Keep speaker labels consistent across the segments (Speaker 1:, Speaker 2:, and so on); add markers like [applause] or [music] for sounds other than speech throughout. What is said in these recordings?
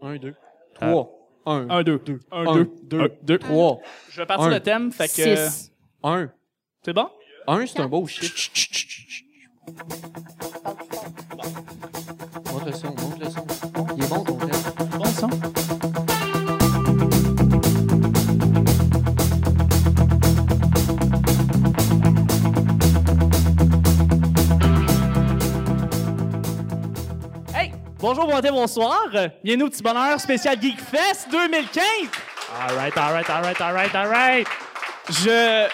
Speaker 1: 1, 2, 3, 1,
Speaker 2: 1, 2,
Speaker 1: 2,
Speaker 2: 1,
Speaker 1: 1,
Speaker 2: 2,
Speaker 1: 2, 2, 3,
Speaker 2: Je vais partir
Speaker 1: Un.
Speaker 2: le thème, fait que.
Speaker 3: Six.
Speaker 1: 1.
Speaker 2: C'est bon?
Speaker 1: 1, c'est un beau chiffre. Monte le son, monte le son. Il est bon ton thème.
Speaker 2: Bon son. Hey! Bonjour, bon matin, bonsoir. Bienvenue au petit bonheur spécial Geek Fest 2015. All right, all right, all right, all right, all right. Je,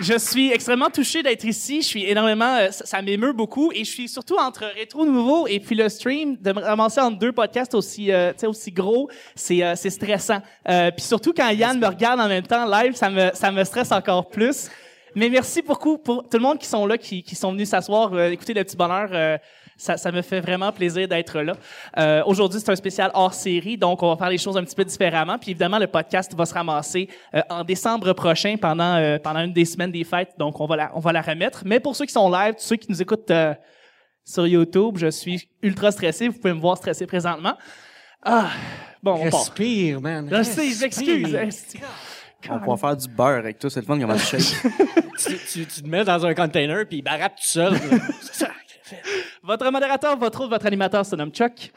Speaker 2: je suis extrêmement touché d'être ici. Je suis énormément, euh, ça, ça m'émeut beaucoup et je suis surtout entre rétro nouveau et puis le stream de me ramasser entre deux podcasts aussi, euh, tu sais, aussi gros, c'est euh, c'est stressant. Euh, puis surtout quand Yann me regarde en même temps live, ça me ça me stresse encore plus. Mais merci beaucoup pour tout le monde qui sont là, qui, qui sont venus s'asseoir, euh, écouter le petit bonheur. euh, ça, ça me fait vraiment plaisir d'être là. Euh, Aujourd'hui, c'est un spécial hors série, donc on va faire les choses un petit peu différemment. Puis évidemment, le podcast va se ramasser euh, en décembre prochain pendant euh, pendant une des semaines des fêtes, donc on va la on va la remettre. Mais pour ceux qui sont live, ceux qui nous écoutent euh, sur YouTube, je suis ultra stressé. Vous pouvez me voir stressé présentement. Ah, bon, on part.
Speaker 1: Respire, man.
Speaker 2: Je sais, je m'excuse.
Speaker 1: Respire.
Speaker 2: Esti.
Speaker 4: On pourra faire du beurre avec tout, c'est le fun comment tu shakes.
Speaker 1: Tu, tu, tu te mets dans un container puis il barappe tout [laughs] seul.
Speaker 2: Votre modérateur, votre autre, votre animateur se nomme Chuck.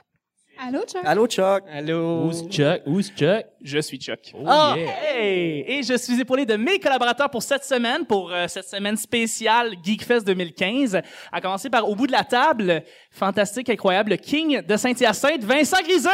Speaker 3: Allô, Chuck?
Speaker 4: [laughs] Allô, Chuck?
Speaker 2: Allô.
Speaker 5: Who's Chuck? Who's Chuck?
Speaker 2: Je suis Chuck.
Speaker 5: Oh,
Speaker 2: Ah,
Speaker 5: yeah.
Speaker 2: hey! Et je suis épaulé de mes collaborateurs pour cette semaine, pour euh, cette semaine spéciale GeekFest 2015. À commencer par au bout de la table, fantastique, incroyable King de Saint-Hyacinthe, Vincent Grisé.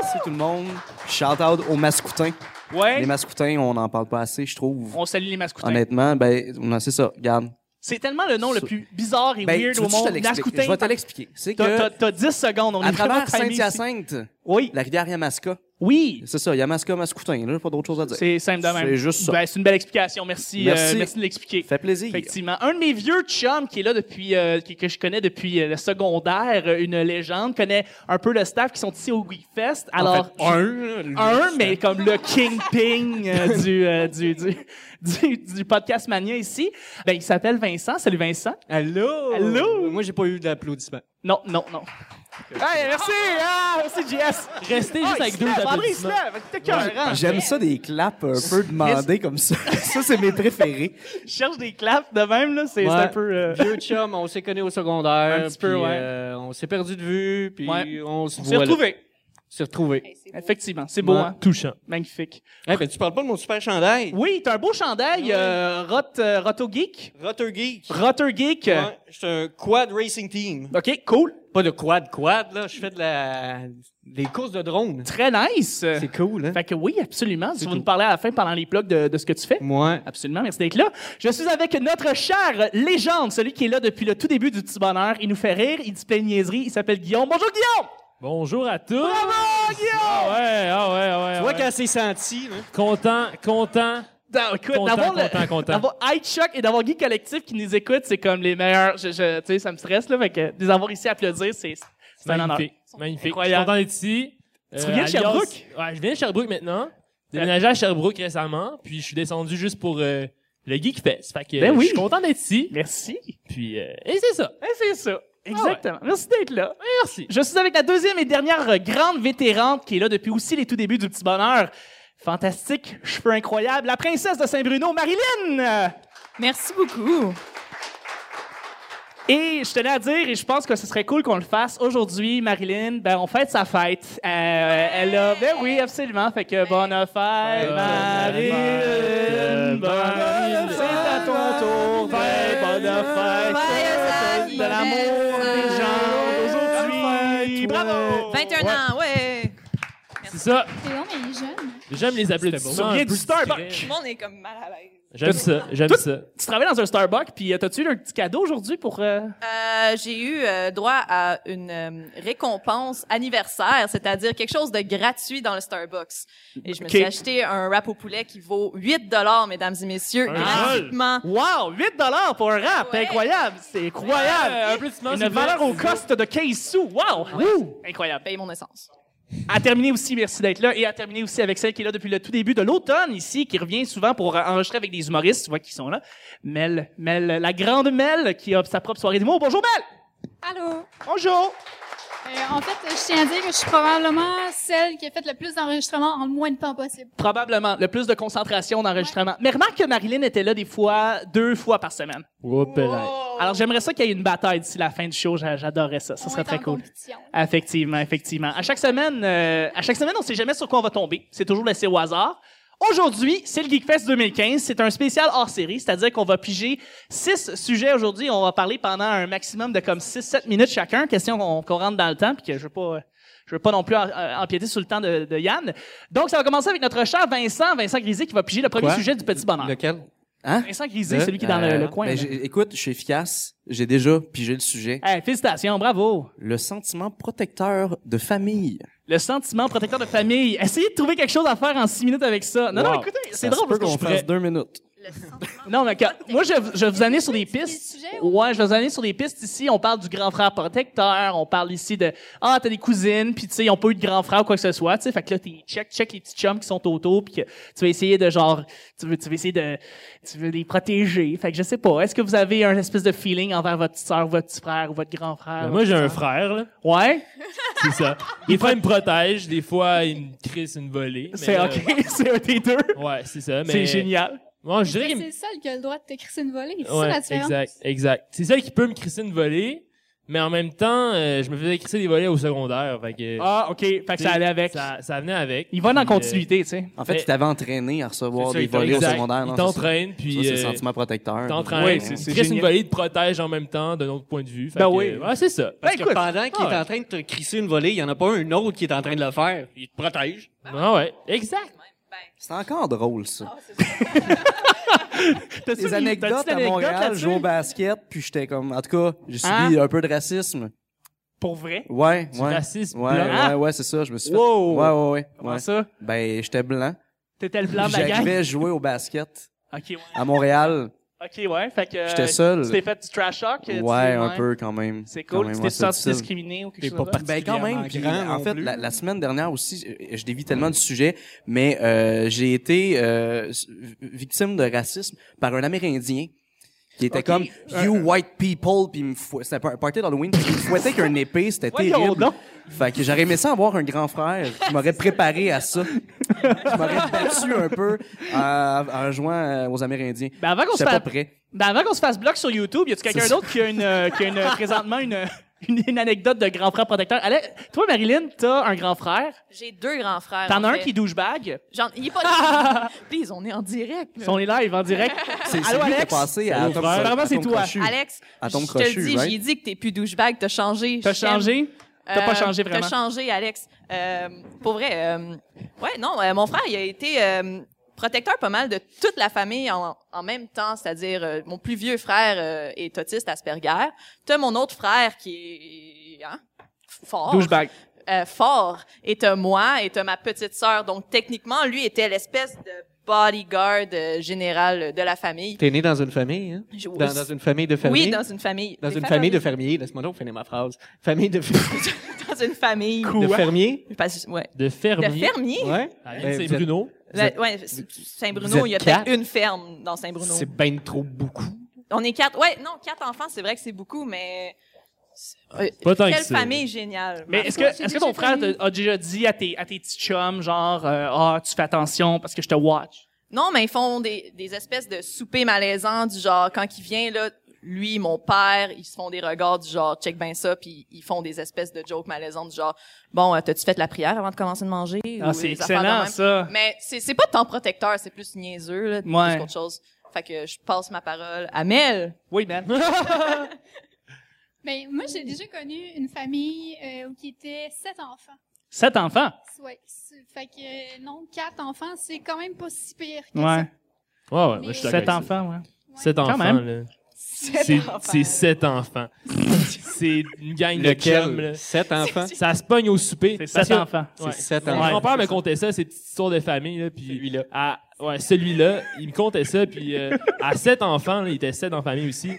Speaker 4: Merci tout le monde. Shout out aux mascoutins.
Speaker 2: Ouais.
Speaker 4: Les mascoutins, on n'en parle pas assez, je trouve.
Speaker 2: On salue les mascoutins.
Speaker 4: Honnêtement, ben, non, c'est ça, regarde.
Speaker 2: C'est tellement le nom le
Speaker 4: Ça-
Speaker 2: plus bizarre et
Speaker 4: Ben,
Speaker 2: weird
Speaker 4: tu
Speaker 2: au
Speaker 4: veux-tu que je te
Speaker 2: monde.
Speaker 4: l'explique?
Speaker 2: Mascoutin.
Speaker 4: Je vais te l'expliquer. C'est
Speaker 2: T'as- T'as
Speaker 4: que,
Speaker 2: t'as 10 secondes. On
Speaker 4: à
Speaker 2: est vraiment
Speaker 4: travers
Speaker 2: timés ici.
Speaker 4: Saint-Hyacinthe,
Speaker 2: Oui.
Speaker 4: la rivière Yamaska,
Speaker 2: Oui.
Speaker 4: c'est ça, Yamaska, Mascoutin, là, pas d'autre chose à dire.
Speaker 2: C'est simple de même.
Speaker 4: C'est juste ça.
Speaker 2: Ben, c'est une belle explication. Merci,
Speaker 4: Merci.
Speaker 2: euh, merci de l'expliquer.
Speaker 4: Fait plaisir.
Speaker 2: Effectivement. Un de mes vieux chums qui est là depuis, euh, qui- que je connais depuis euh, le secondaire, euh, une légende, connaît un peu le staff qui sont ici au Geekfest. Alors,
Speaker 1: un.
Speaker 2: un, mais comme le kingpin euh, du, euh, du, du, du, du podcast Mania ici. Ben, il s'appelle Vincent. Salut Vincent.
Speaker 1: Allô?
Speaker 2: Allô?
Speaker 1: Moi, j'ai pas eu d'applaudissements.
Speaker 2: Non, non, non. Hey, merci! Ah, merci, JS!
Speaker 5: Restez
Speaker 2: Ah,
Speaker 5: juste avec deux applaudissements.
Speaker 4: J'aime ça des claps un peu demandés comme ça. [laughs] ça, c'est mes préférés.
Speaker 2: Je cherche des claps de même, là. C'est c'est
Speaker 1: Ouais.
Speaker 2: un peu... euh,
Speaker 1: Vieux chum, on s'est connus au secondaire.
Speaker 2: Un petit peu,
Speaker 1: puis,
Speaker 2: ouais.
Speaker 1: euh, on s'est perdu de vue, puis
Speaker 2: Ouais.
Speaker 1: on se
Speaker 2: On s'est
Speaker 1: voit là.
Speaker 2: retrouvés.
Speaker 1: On s'est retrouvés.
Speaker 2: Effectivement, c'est beau,
Speaker 1: Ouais.
Speaker 2: hein?
Speaker 5: Touchant.
Speaker 2: Magnifique.
Speaker 1: Eh ben, tu parles pas de mon super chandail.
Speaker 2: Oui, t'as un beau chandail, euh, Rot- euh, Roto Geek.
Speaker 1: Rotter Geek.
Speaker 2: Rotter Geek. euh,
Speaker 1: Ouais, je suis un quad racing team.
Speaker 2: OK, cool.
Speaker 1: Pas de quad quad, là. Je fais de la... des courses de drones.
Speaker 2: Très nice.
Speaker 1: C'est cool, hein?
Speaker 2: Fait que oui, absolument. Tu vas
Speaker 1: tout.
Speaker 2: nous parler à la fin pendant les plugs de, de ce que tu fais.
Speaker 1: Moi.
Speaker 2: Absolument, merci d'être là. Je suis avec notre chère légende, celui qui est là depuis le tout début du petit bonheur. Il nous fait rire, il dit plein de niaiseries, il s'appelle Guillaume. Bonjour Guillaume!
Speaker 5: Bonjour à tous.
Speaker 2: Bravo Guillaume!
Speaker 5: Ah ouais, ah ouais, ah ouais.
Speaker 1: Tu
Speaker 5: ah
Speaker 1: vois
Speaker 5: ouais.
Speaker 1: qu'elle s'est sentie, là.
Speaker 5: Content, content.
Speaker 2: D'av- écoute,
Speaker 5: Content,
Speaker 2: d'avoir le-
Speaker 5: content, content.
Speaker 2: D'avoir High Shock et d'avoir Guy Collectif qui nous écoute, c'est comme les meilleurs. Je, je- tu sais, ça me stresse, là. Fait que de les avoir ici à applaudir, c'est c'est un honneur.
Speaker 5: Magnifique. Magnifique.
Speaker 2: Incroyable.
Speaker 5: Je suis content d'être ici. Euh,
Speaker 2: Tu reviens de Sherbrooke? Euh,
Speaker 5: Ouais, je viens de Sherbrooke maintenant. Déménagé à Sherbrooke récemment, puis je suis descendu juste pour euh, le Geek Fest. Fait que
Speaker 2: Ben
Speaker 5: euh,
Speaker 2: oui.
Speaker 5: je suis content d'être ici.
Speaker 2: Merci.
Speaker 5: Puis euh, et c'est ça.
Speaker 2: Eh, c'est ça. Exactement. Merci d'être là.
Speaker 5: Merci.
Speaker 2: Je suis avec la deuxième et dernière euh, grande vétérante qui est là depuis aussi les tout débuts du petit bonheur. Fantastique, cheveux incroyables, la princesse de Saint-Bruno, Marilyn!
Speaker 3: Merci beaucoup.
Speaker 2: Et je tenais à dire, et je pense que ce serait cool qu'on le fasse aujourd'hui, Marilyn, ben on fête sa fête. Euh, elle a, ben oui, absolument. Fait que bonne fête, Marilyn!
Speaker 5: fête, Marilyn.
Speaker 2: Bonne fête, c'est à ton tour. Fête, bonne fête.
Speaker 3: Joyeux
Speaker 2: fête de l'amour des gens d'aujourd'hui. Bravo!
Speaker 6: 21 ans, ouais.
Speaker 5: C'est ça.
Speaker 3: Léon, mais il est jeune.
Speaker 5: J'aime les applaudissements.
Speaker 2: bon.
Speaker 5: un
Speaker 2: Tu viens
Speaker 5: peu
Speaker 2: du Starbucks.
Speaker 6: Tout
Speaker 5: discrets.
Speaker 6: le monde est comme mal à l'aise.
Speaker 5: J'aime ça. J'aime
Speaker 2: Tout- Euh,
Speaker 5: ça.
Speaker 2: Tu travailles dans un Starbucks, puis euh, t'as-tu eu un petit cadeau aujourd'hui pour... euh,
Speaker 6: Euh, j'ai eu euh, droit à une euh, récompense anniversaire, c'est-à-dire quelque chose de gratuit dans le Starbucks. Et je me
Speaker 2: Ok.
Speaker 6: suis acheté un wrap au poulet qui vaut 8 dollars, mesdames et messieurs,
Speaker 5: Un
Speaker 6: gratuitement.
Speaker 2: Wow! 8 dollars pour un rap!
Speaker 6: Ouais.
Speaker 2: Incroyable! C'est incroyable!
Speaker 5: Euh, applaudissements,
Speaker 2: Une
Speaker 5: s'il vous plaît.
Speaker 2: valeur au coste de 15 sous! Wow! Wouh! Incroyable.
Speaker 6: Paye mon essence.
Speaker 2: À terminer aussi, merci d'être là. Et à terminer aussi avec celle qui est là depuis le tout début de l'automne ici, qui revient souvent pour euh, enregistrer avec des humoristes, tu vois, qui sont là. Mel, Mel, la grande Mel, qui a sa propre soirée d'humour. Bonjour Mel!
Speaker 3: Allô?
Speaker 2: Bonjour!
Speaker 3: Euh, en fait, je tiens à dire que je suis probablement celle qui a fait le plus d'enregistrements en le moins de temps possible.
Speaker 2: Probablement. Le plus de concentration d'enregistrement. Mais remarque que Marilyn était là des fois, deux fois par semaine.
Speaker 5: Oups, là.
Speaker 2: Alors, j'aimerais ça qu'il y ait une bataille d'ici la fin du show. J'a- J'adorerais ça. Ça
Speaker 3: On
Speaker 2: serait
Speaker 3: est
Speaker 2: très
Speaker 3: en
Speaker 2: cool.
Speaker 3: compétition.
Speaker 2: Effectivement, effectivement. À chaque semaine, euh, à chaque semaine, on sait jamais sur quoi on va tomber. C'est toujours laissé au hasard. Aujourd'hui, c'est le Geekfest 2015. C'est un spécial hors série, c'est-à-dire qu'on va piger six sujets aujourd'hui. On va parler pendant un maximum de comme 6-7 minutes chacun. Question qu'on qu'on rentre dans le temps, puis que je veux pas, euh, je veux pas non plus en- euh, empiéter sur le temps de, de Yann. Donc, ça va commencer avec notre cher Vincent, Vincent Grisé, qui va piger le premier
Speaker 1: Quoi?
Speaker 2: sujet du petit bonheur.
Speaker 1: Lequel?
Speaker 2: Ah. Vincent Grisé,
Speaker 1: Le-
Speaker 2: celui qui est dans le,
Speaker 4: Euh,
Speaker 2: le coin.
Speaker 4: Hein? ben,
Speaker 2: là.
Speaker 4: j'ai- écoute, je suis efficace. J'ai déjà pigé le sujet.
Speaker 2: Hey, félicitations, bravo.
Speaker 4: Le sentiment protecteur de famille.
Speaker 2: Le sentiment protecteur de famille. Essayez de trouver quelque chose à faire en six minutes avec ça. Non, non,
Speaker 5: Wow.
Speaker 2: écoutez, c'est
Speaker 4: Ça
Speaker 2: drôle
Speaker 4: se peut
Speaker 2: parce que je
Speaker 4: qu'on
Speaker 2: ferais...
Speaker 4: fasse deux minutes.
Speaker 6: Le sentiment.
Speaker 2: Non, mais que- moi, je, je vais vous amener sur des
Speaker 3: C'est des
Speaker 2: pistes.
Speaker 3: sujets ou-
Speaker 2: Ouais, je vais vous amener sur des pistes ici. On parle du grand frère protecteur. On parle ici de, ah, t'as des cousines, puis tu sais, ils ont pas eu de grand frère ou quoi que ce soit, tu sais. Fait que là, t'es check, check les petits chums qui sont autour, puis que tu vas essayer de genre, tu veux, tu veux essayer de, tu veux les protéger. Fait que je sais pas. Est-ce que vous avez un espèce de feeling envers votre petite sœur, votre petit frère ou votre grand frère?
Speaker 5: Ben, Moi, j'ai un
Speaker 2: frère.
Speaker 5: frère, là.
Speaker 2: Ouais?
Speaker 5: C'est ça. Des fois, il me protège. Des fois, il me crisse une volée. mais
Speaker 2: C'est
Speaker 5: là,
Speaker 2: ok. [laughs] C'est un des deux.
Speaker 5: Ouais, c'est ça. Mais...
Speaker 2: C'est génial.
Speaker 5: Moi, je dirais
Speaker 3: C'est
Speaker 5: qu'il me-
Speaker 3: le seul qui a le droit de te crisser une volée. C'est ça
Speaker 5: Ouais,
Speaker 3: la différence.
Speaker 5: exact, exact. C'est celle qui peut me crisser une volée, mais en même temps, euh, je me faisais crisser des volées au secondaire. Fait que,
Speaker 2: Ah, OK. Fait que ça allait avec.
Speaker 5: Ça, ça venait avec.
Speaker 2: Il va dans la
Speaker 5: Puis, euh,
Speaker 2: continuité, tu sais.
Speaker 4: En fait,
Speaker 5: Mais-
Speaker 4: il t'avait entraîné à
Speaker 5: c'est
Speaker 4: recevoir
Speaker 5: ça,
Speaker 4: des
Speaker 5: il t'a-
Speaker 4: volets au
Speaker 5: exact.
Speaker 4: secondaire.
Speaker 5: Il
Speaker 4: non, c'est ça.
Speaker 5: t'entraîne,
Speaker 4: Ça,
Speaker 5: puis
Speaker 4: c'est le
Speaker 5: euh,
Speaker 4: sentiment protecteur.
Speaker 5: il t'entraîne.
Speaker 2: Oui,
Speaker 5: Oui,
Speaker 2: c'est- c'est
Speaker 5: crisse une
Speaker 2: génial.
Speaker 5: volée, il te protège en même temps d'un autre point de vue. Fait
Speaker 2: Ben
Speaker 5: que,
Speaker 2: oui.
Speaker 5: euh, ouais, c'est ça.
Speaker 1: Parce
Speaker 2: Ben,
Speaker 1: que
Speaker 2: écoute.
Speaker 1: pendant qu'il est
Speaker 5: ouais.
Speaker 1: en train de te crisser une volée, il n'y en a pas un autre qui est en train de le faire. Il te protège.
Speaker 5: Ah ouais, exact.
Speaker 4: C'est encore drôle, ça.
Speaker 2: Ah, T'as-tu
Speaker 4: des
Speaker 2: une-
Speaker 4: anecdotes
Speaker 2: t'as-tu une
Speaker 4: à Montréal,
Speaker 2: là-dessus? Hein?
Speaker 4: je jouais au basket, puis j'étais comme... En tout cas, j'ai subi un peu de racisme.
Speaker 2: Pour vrai?
Speaker 4: Ouais,
Speaker 5: Du
Speaker 4: ouais.
Speaker 5: racisme
Speaker 4: Ouais,
Speaker 5: blanc.
Speaker 4: ouais, ouais, c'est ça, je me suis fait...
Speaker 2: Wow!
Speaker 4: Ouais, ouais, ouais.
Speaker 2: Comment
Speaker 4: ouais.
Speaker 2: ça?
Speaker 4: Ben, j'étais blanc.
Speaker 2: T'étais le plan de la gang?
Speaker 4: J'arrivais jouer au basket
Speaker 2: OK, ouais. [laughs]
Speaker 4: à Montréal.
Speaker 2: OK, ouais. Fait que... euh,
Speaker 4: J'étais seul.
Speaker 2: Tu t'es fait du trash talk? euh,
Speaker 4: Ouais,
Speaker 2: tu-
Speaker 4: un peu quand même.
Speaker 2: C'est
Speaker 4: Quand
Speaker 2: cool.
Speaker 4: même,
Speaker 2: Tu
Speaker 4: ouais,
Speaker 2: t'es
Speaker 4: c'est
Speaker 2: senti
Speaker 4: difficile.
Speaker 2: discriminé ou quelque
Speaker 5: T'es
Speaker 2: chose
Speaker 5: pas
Speaker 2: comme ça?
Speaker 1: parti-
Speaker 4: Ben quand même.
Speaker 1: particulièrement
Speaker 4: puis,
Speaker 1: grand
Speaker 4: en
Speaker 1: non
Speaker 4: fait,
Speaker 1: plus.
Speaker 4: la, la semaine dernière aussi, euh, je dévie tellement du sujet, mais euh, j'ai été euh, s- victime de racisme par un Amérindien qui était
Speaker 2: Ok. Euh,
Speaker 4: comme You white people, puis il me fou- c'était un party d'Halloween, puis il me fouettait avec un épée, c'était
Speaker 2: Voyons
Speaker 4: terrible.
Speaker 2: donc.
Speaker 4: Fait que j'aurais aimé ça avoir un grand frère qui m'aurait préparé à ça. Je m'aurais battu un peu euh, en jouant euh, aux Amérindiens.
Speaker 2: Ben, avant qu'on se
Speaker 4: J'étais pas
Speaker 2: fasse...
Speaker 4: prêt.
Speaker 2: Ben, avant qu'on se fasse bloc sur YouTube, y a-tu quelqu'un
Speaker 4: C'est ça.
Speaker 2: d'autre qui a une, euh, qui a
Speaker 4: [laughs]
Speaker 2: une, présentement une, euh, une, une anecdote de grand frère protecteur? Allez, toi, Marilyn, t'as un grand frère.
Speaker 6: J'ai deux grands frères.
Speaker 2: T'en
Speaker 6: en
Speaker 2: as un
Speaker 6: fait.
Speaker 2: qui est douchebag.
Speaker 6: J'en- Il est
Speaker 2: [laughs]
Speaker 6: pas. Please, on est en direct. là.
Speaker 2: On est live en direct.
Speaker 4: C'est
Speaker 2: Allô,
Speaker 4: celui qui est
Speaker 2: Alex?
Speaker 4: passé à Tom-
Speaker 2: frère. Apparemment, c'est
Speaker 4: Tom
Speaker 2: toi.
Speaker 4: Crochu.
Speaker 6: Alex,
Speaker 4: À
Speaker 6: je
Speaker 4: tombe
Speaker 6: te le
Speaker 4: crochu,
Speaker 6: dis,
Speaker 4: right?
Speaker 6: j'ai dit que t'es plus douchebag, t'as changé.
Speaker 2: T'as
Speaker 6: je t'aime.
Speaker 2: changé? T'as pas changé vraiment?
Speaker 6: Euh, T'as changé, Alex. Euh, pour vrai, euh, ouais, non, euh, mon frère, il a été euh, protecteur pas mal de toute la famille en, en même temps, c'est-à-dire euh, mon plus vieux frère euh, est autiste Asperger. T'as mon autre frère qui est hein,
Speaker 1: Ah.
Speaker 6: fort,
Speaker 2: Douchebag.
Speaker 6: euh, fort, et t'as moi, et t'as ma petite sœur. Donc techniquement, lui était l'espèce de bodyguard euh, général de la famille.
Speaker 1: T'es né dans une famille, hein?
Speaker 6: Je-
Speaker 1: Dans, dans une famille de fermiers.
Speaker 6: Oui, dans une famille.
Speaker 1: Dans
Speaker 6: Des
Speaker 1: une
Speaker 6: familles-
Speaker 1: famille de fermiers. Laisse-moi donc finir ma phrase. Famille de, [laughs] fer-
Speaker 6: [laughs] dans une famille.
Speaker 1: de
Speaker 2: Quoi?
Speaker 1: fermiers.
Speaker 6: Parce- ouais.
Speaker 5: De
Speaker 6: De
Speaker 5: fermier.
Speaker 6: fermier.
Speaker 1: Ouais.
Speaker 5: Ah,
Speaker 1: Ben,
Speaker 5: c'est
Speaker 1: vous êtes-
Speaker 5: Bruno.
Speaker 6: La-
Speaker 1: êtes-
Speaker 6: ouais, c'est- Saint-Bruno,
Speaker 1: êtes
Speaker 6: il y a
Speaker 1: quatre?
Speaker 6: peut-être une ferme dans Saint-Bruno.
Speaker 1: C'est ben trop beaucoup.
Speaker 6: On est quatre. Ouais, non, quatre enfants, c'est vrai que c'est beaucoup, mais c'est- euh,
Speaker 5: Pas tant que
Speaker 6: quelle
Speaker 5: ça.
Speaker 6: famille géniale.
Speaker 2: Mais
Speaker 6: Marc.
Speaker 2: est-ce que,
Speaker 3: Moi, j'ai
Speaker 2: est-ce que ton
Speaker 3: déjà
Speaker 2: frère
Speaker 3: connu.
Speaker 2: te- a déjà dit à tes, à tes petits chums, genre, euh, ah, tu fais attention parce que je te watch?
Speaker 6: Non, mais ils font des, des espèces de soupers malaisants du genre quand il vient là, lui, mon père, ils se font des regards du genre check ben ça, puis ils font des espèces de jokes malaisantes du genre bon, euh, t'as-tu fait la prière avant de commencer de manger
Speaker 2: Ah,
Speaker 6: Ou
Speaker 2: c'est
Speaker 6: des affaires de
Speaker 2: excellent,
Speaker 6: même.
Speaker 2: ça.
Speaker 6: Mais c'est c'est pas tant protecteur, c'est plus niaiseux là,
Speaker 2: Ouais.
Speaker 6: plus qu'autre chose. Fait que je passe ma parole à Mel.
Speaker 2: Oui, man.
Speaker 3: Ben, moi, j'ai déjà connu une famille euh, où qui était sept enfants.
Speaker 2: [laughs] Sept enfants.
Speaker 3: Ouais. c'est- Fait que euh, non, quatre enfants, c'est quand même pas si pire que
Speaker 2: Ouais.
Speaker 5: Ouais, ouais, moi, je suis d'accord
Speaker 2: Sept
Speaker 5: avec ça.
Speaker 2: enfants, ouais.
Speaker 3: ça.
Speaker 5: Sept
Speaker 2: Quand
Speaker 5: enfants,
Speaker 2: même.
Speaker 5: là.
Speaker 6: Sept [laughs]
Speaker 5: C'est-
Speaker 6: enfants.
Speaker 5: C'est sept enfants. c'est une gang de chums, là.
Speaker 1: Lequel? Sept enfants.
Speaker 5: Ça se pogne au souper.
Speaker 2: C'est
Speaker 5: Parce
Speaker 2: sept
Speaker 5: que-
Speaker 2: enfants.
Speaker 1: C'est sept
Speaker 5: Mon
Speaker 2: Ouais.
Speaker 1: enfants.
Speaker 5: grand-père me contait ça, ces petites histoires de famille. Là, puis
Speaker 1: Celui-là.
Speaker 5: à- ouais, celui-là, il me contait ça. Puis euh, à sept enfants, là, il était sept en famille aussi.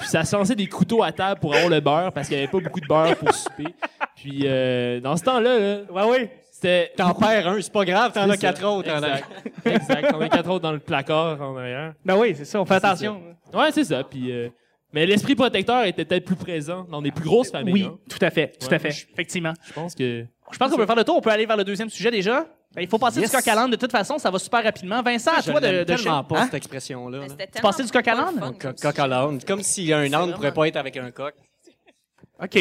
Speaker 5: Puis ça se lançait des couteaux à table pour avoir le beurre parce qu'il n'y avait pas beaucoup de beurre pour souper. Puis euh, dans ce temps-là, là,
Speaker 2: Ouais, ouais.
Speaker 5: c'était...
Speaker 1: T'en perds un, c'est pas grave, t'en as
Speaker 5: C'est ça.
Speaker 1: quatre autres. t'en as-
Speaker 5: Exact. exact. On a quatre autres dans le placard en arrière.
Speaker 2: Ben oui, c'est ça, on fait attention.
Speaker 5: Ouais, c'est ça. Puis euh, Mais l'esprit protecteur était peut-être plus présent dans des plus grosses familles.
Speaker 2: Oui,
Speaker 5: hein.
Speaker 2: tout à fait, tout
Speaker 5: Ouais,
Speaker 2: à fait,
Speaker 5: je-
Speaker 2: effectivement.
Speaker 5: Je pense que.
Speaker 2: Je pense qu'on peut faire le tour, on peut aller vers le deuxième sujet déjà. Ben, il faut passer
Speaker 4: Yes.
Speaker 2: du coq à l'âne de toute façon, ça va super rapidement. Vincent, à
Speaker 1: Je
Speaker 2: Ah, toi de,
Speaker 1: l'aime
Speaker 2: de
Speaker 1: tellement
Speaker 2: chez-
Speaker 1: pas,
Speaker 4: Hein?
Speaker 1: cette expression-là. là.
Speaker 6: Mais Ben, c'était
Speaker 2: Tu passais
Speaker 6: tellement
Speaker 2: du coq à
Speaker 6: pas le
Speaker 2: l'âne?
Speaker 6: fun
Speaker 1: Co-
Speaker 6: comme
Speaker 1: Coq à l'âne. Comme si un âne ne
Speaker 6: vraiment-
Speaker 1: pourrait pas être avec un coq.
Speaker 2: OK.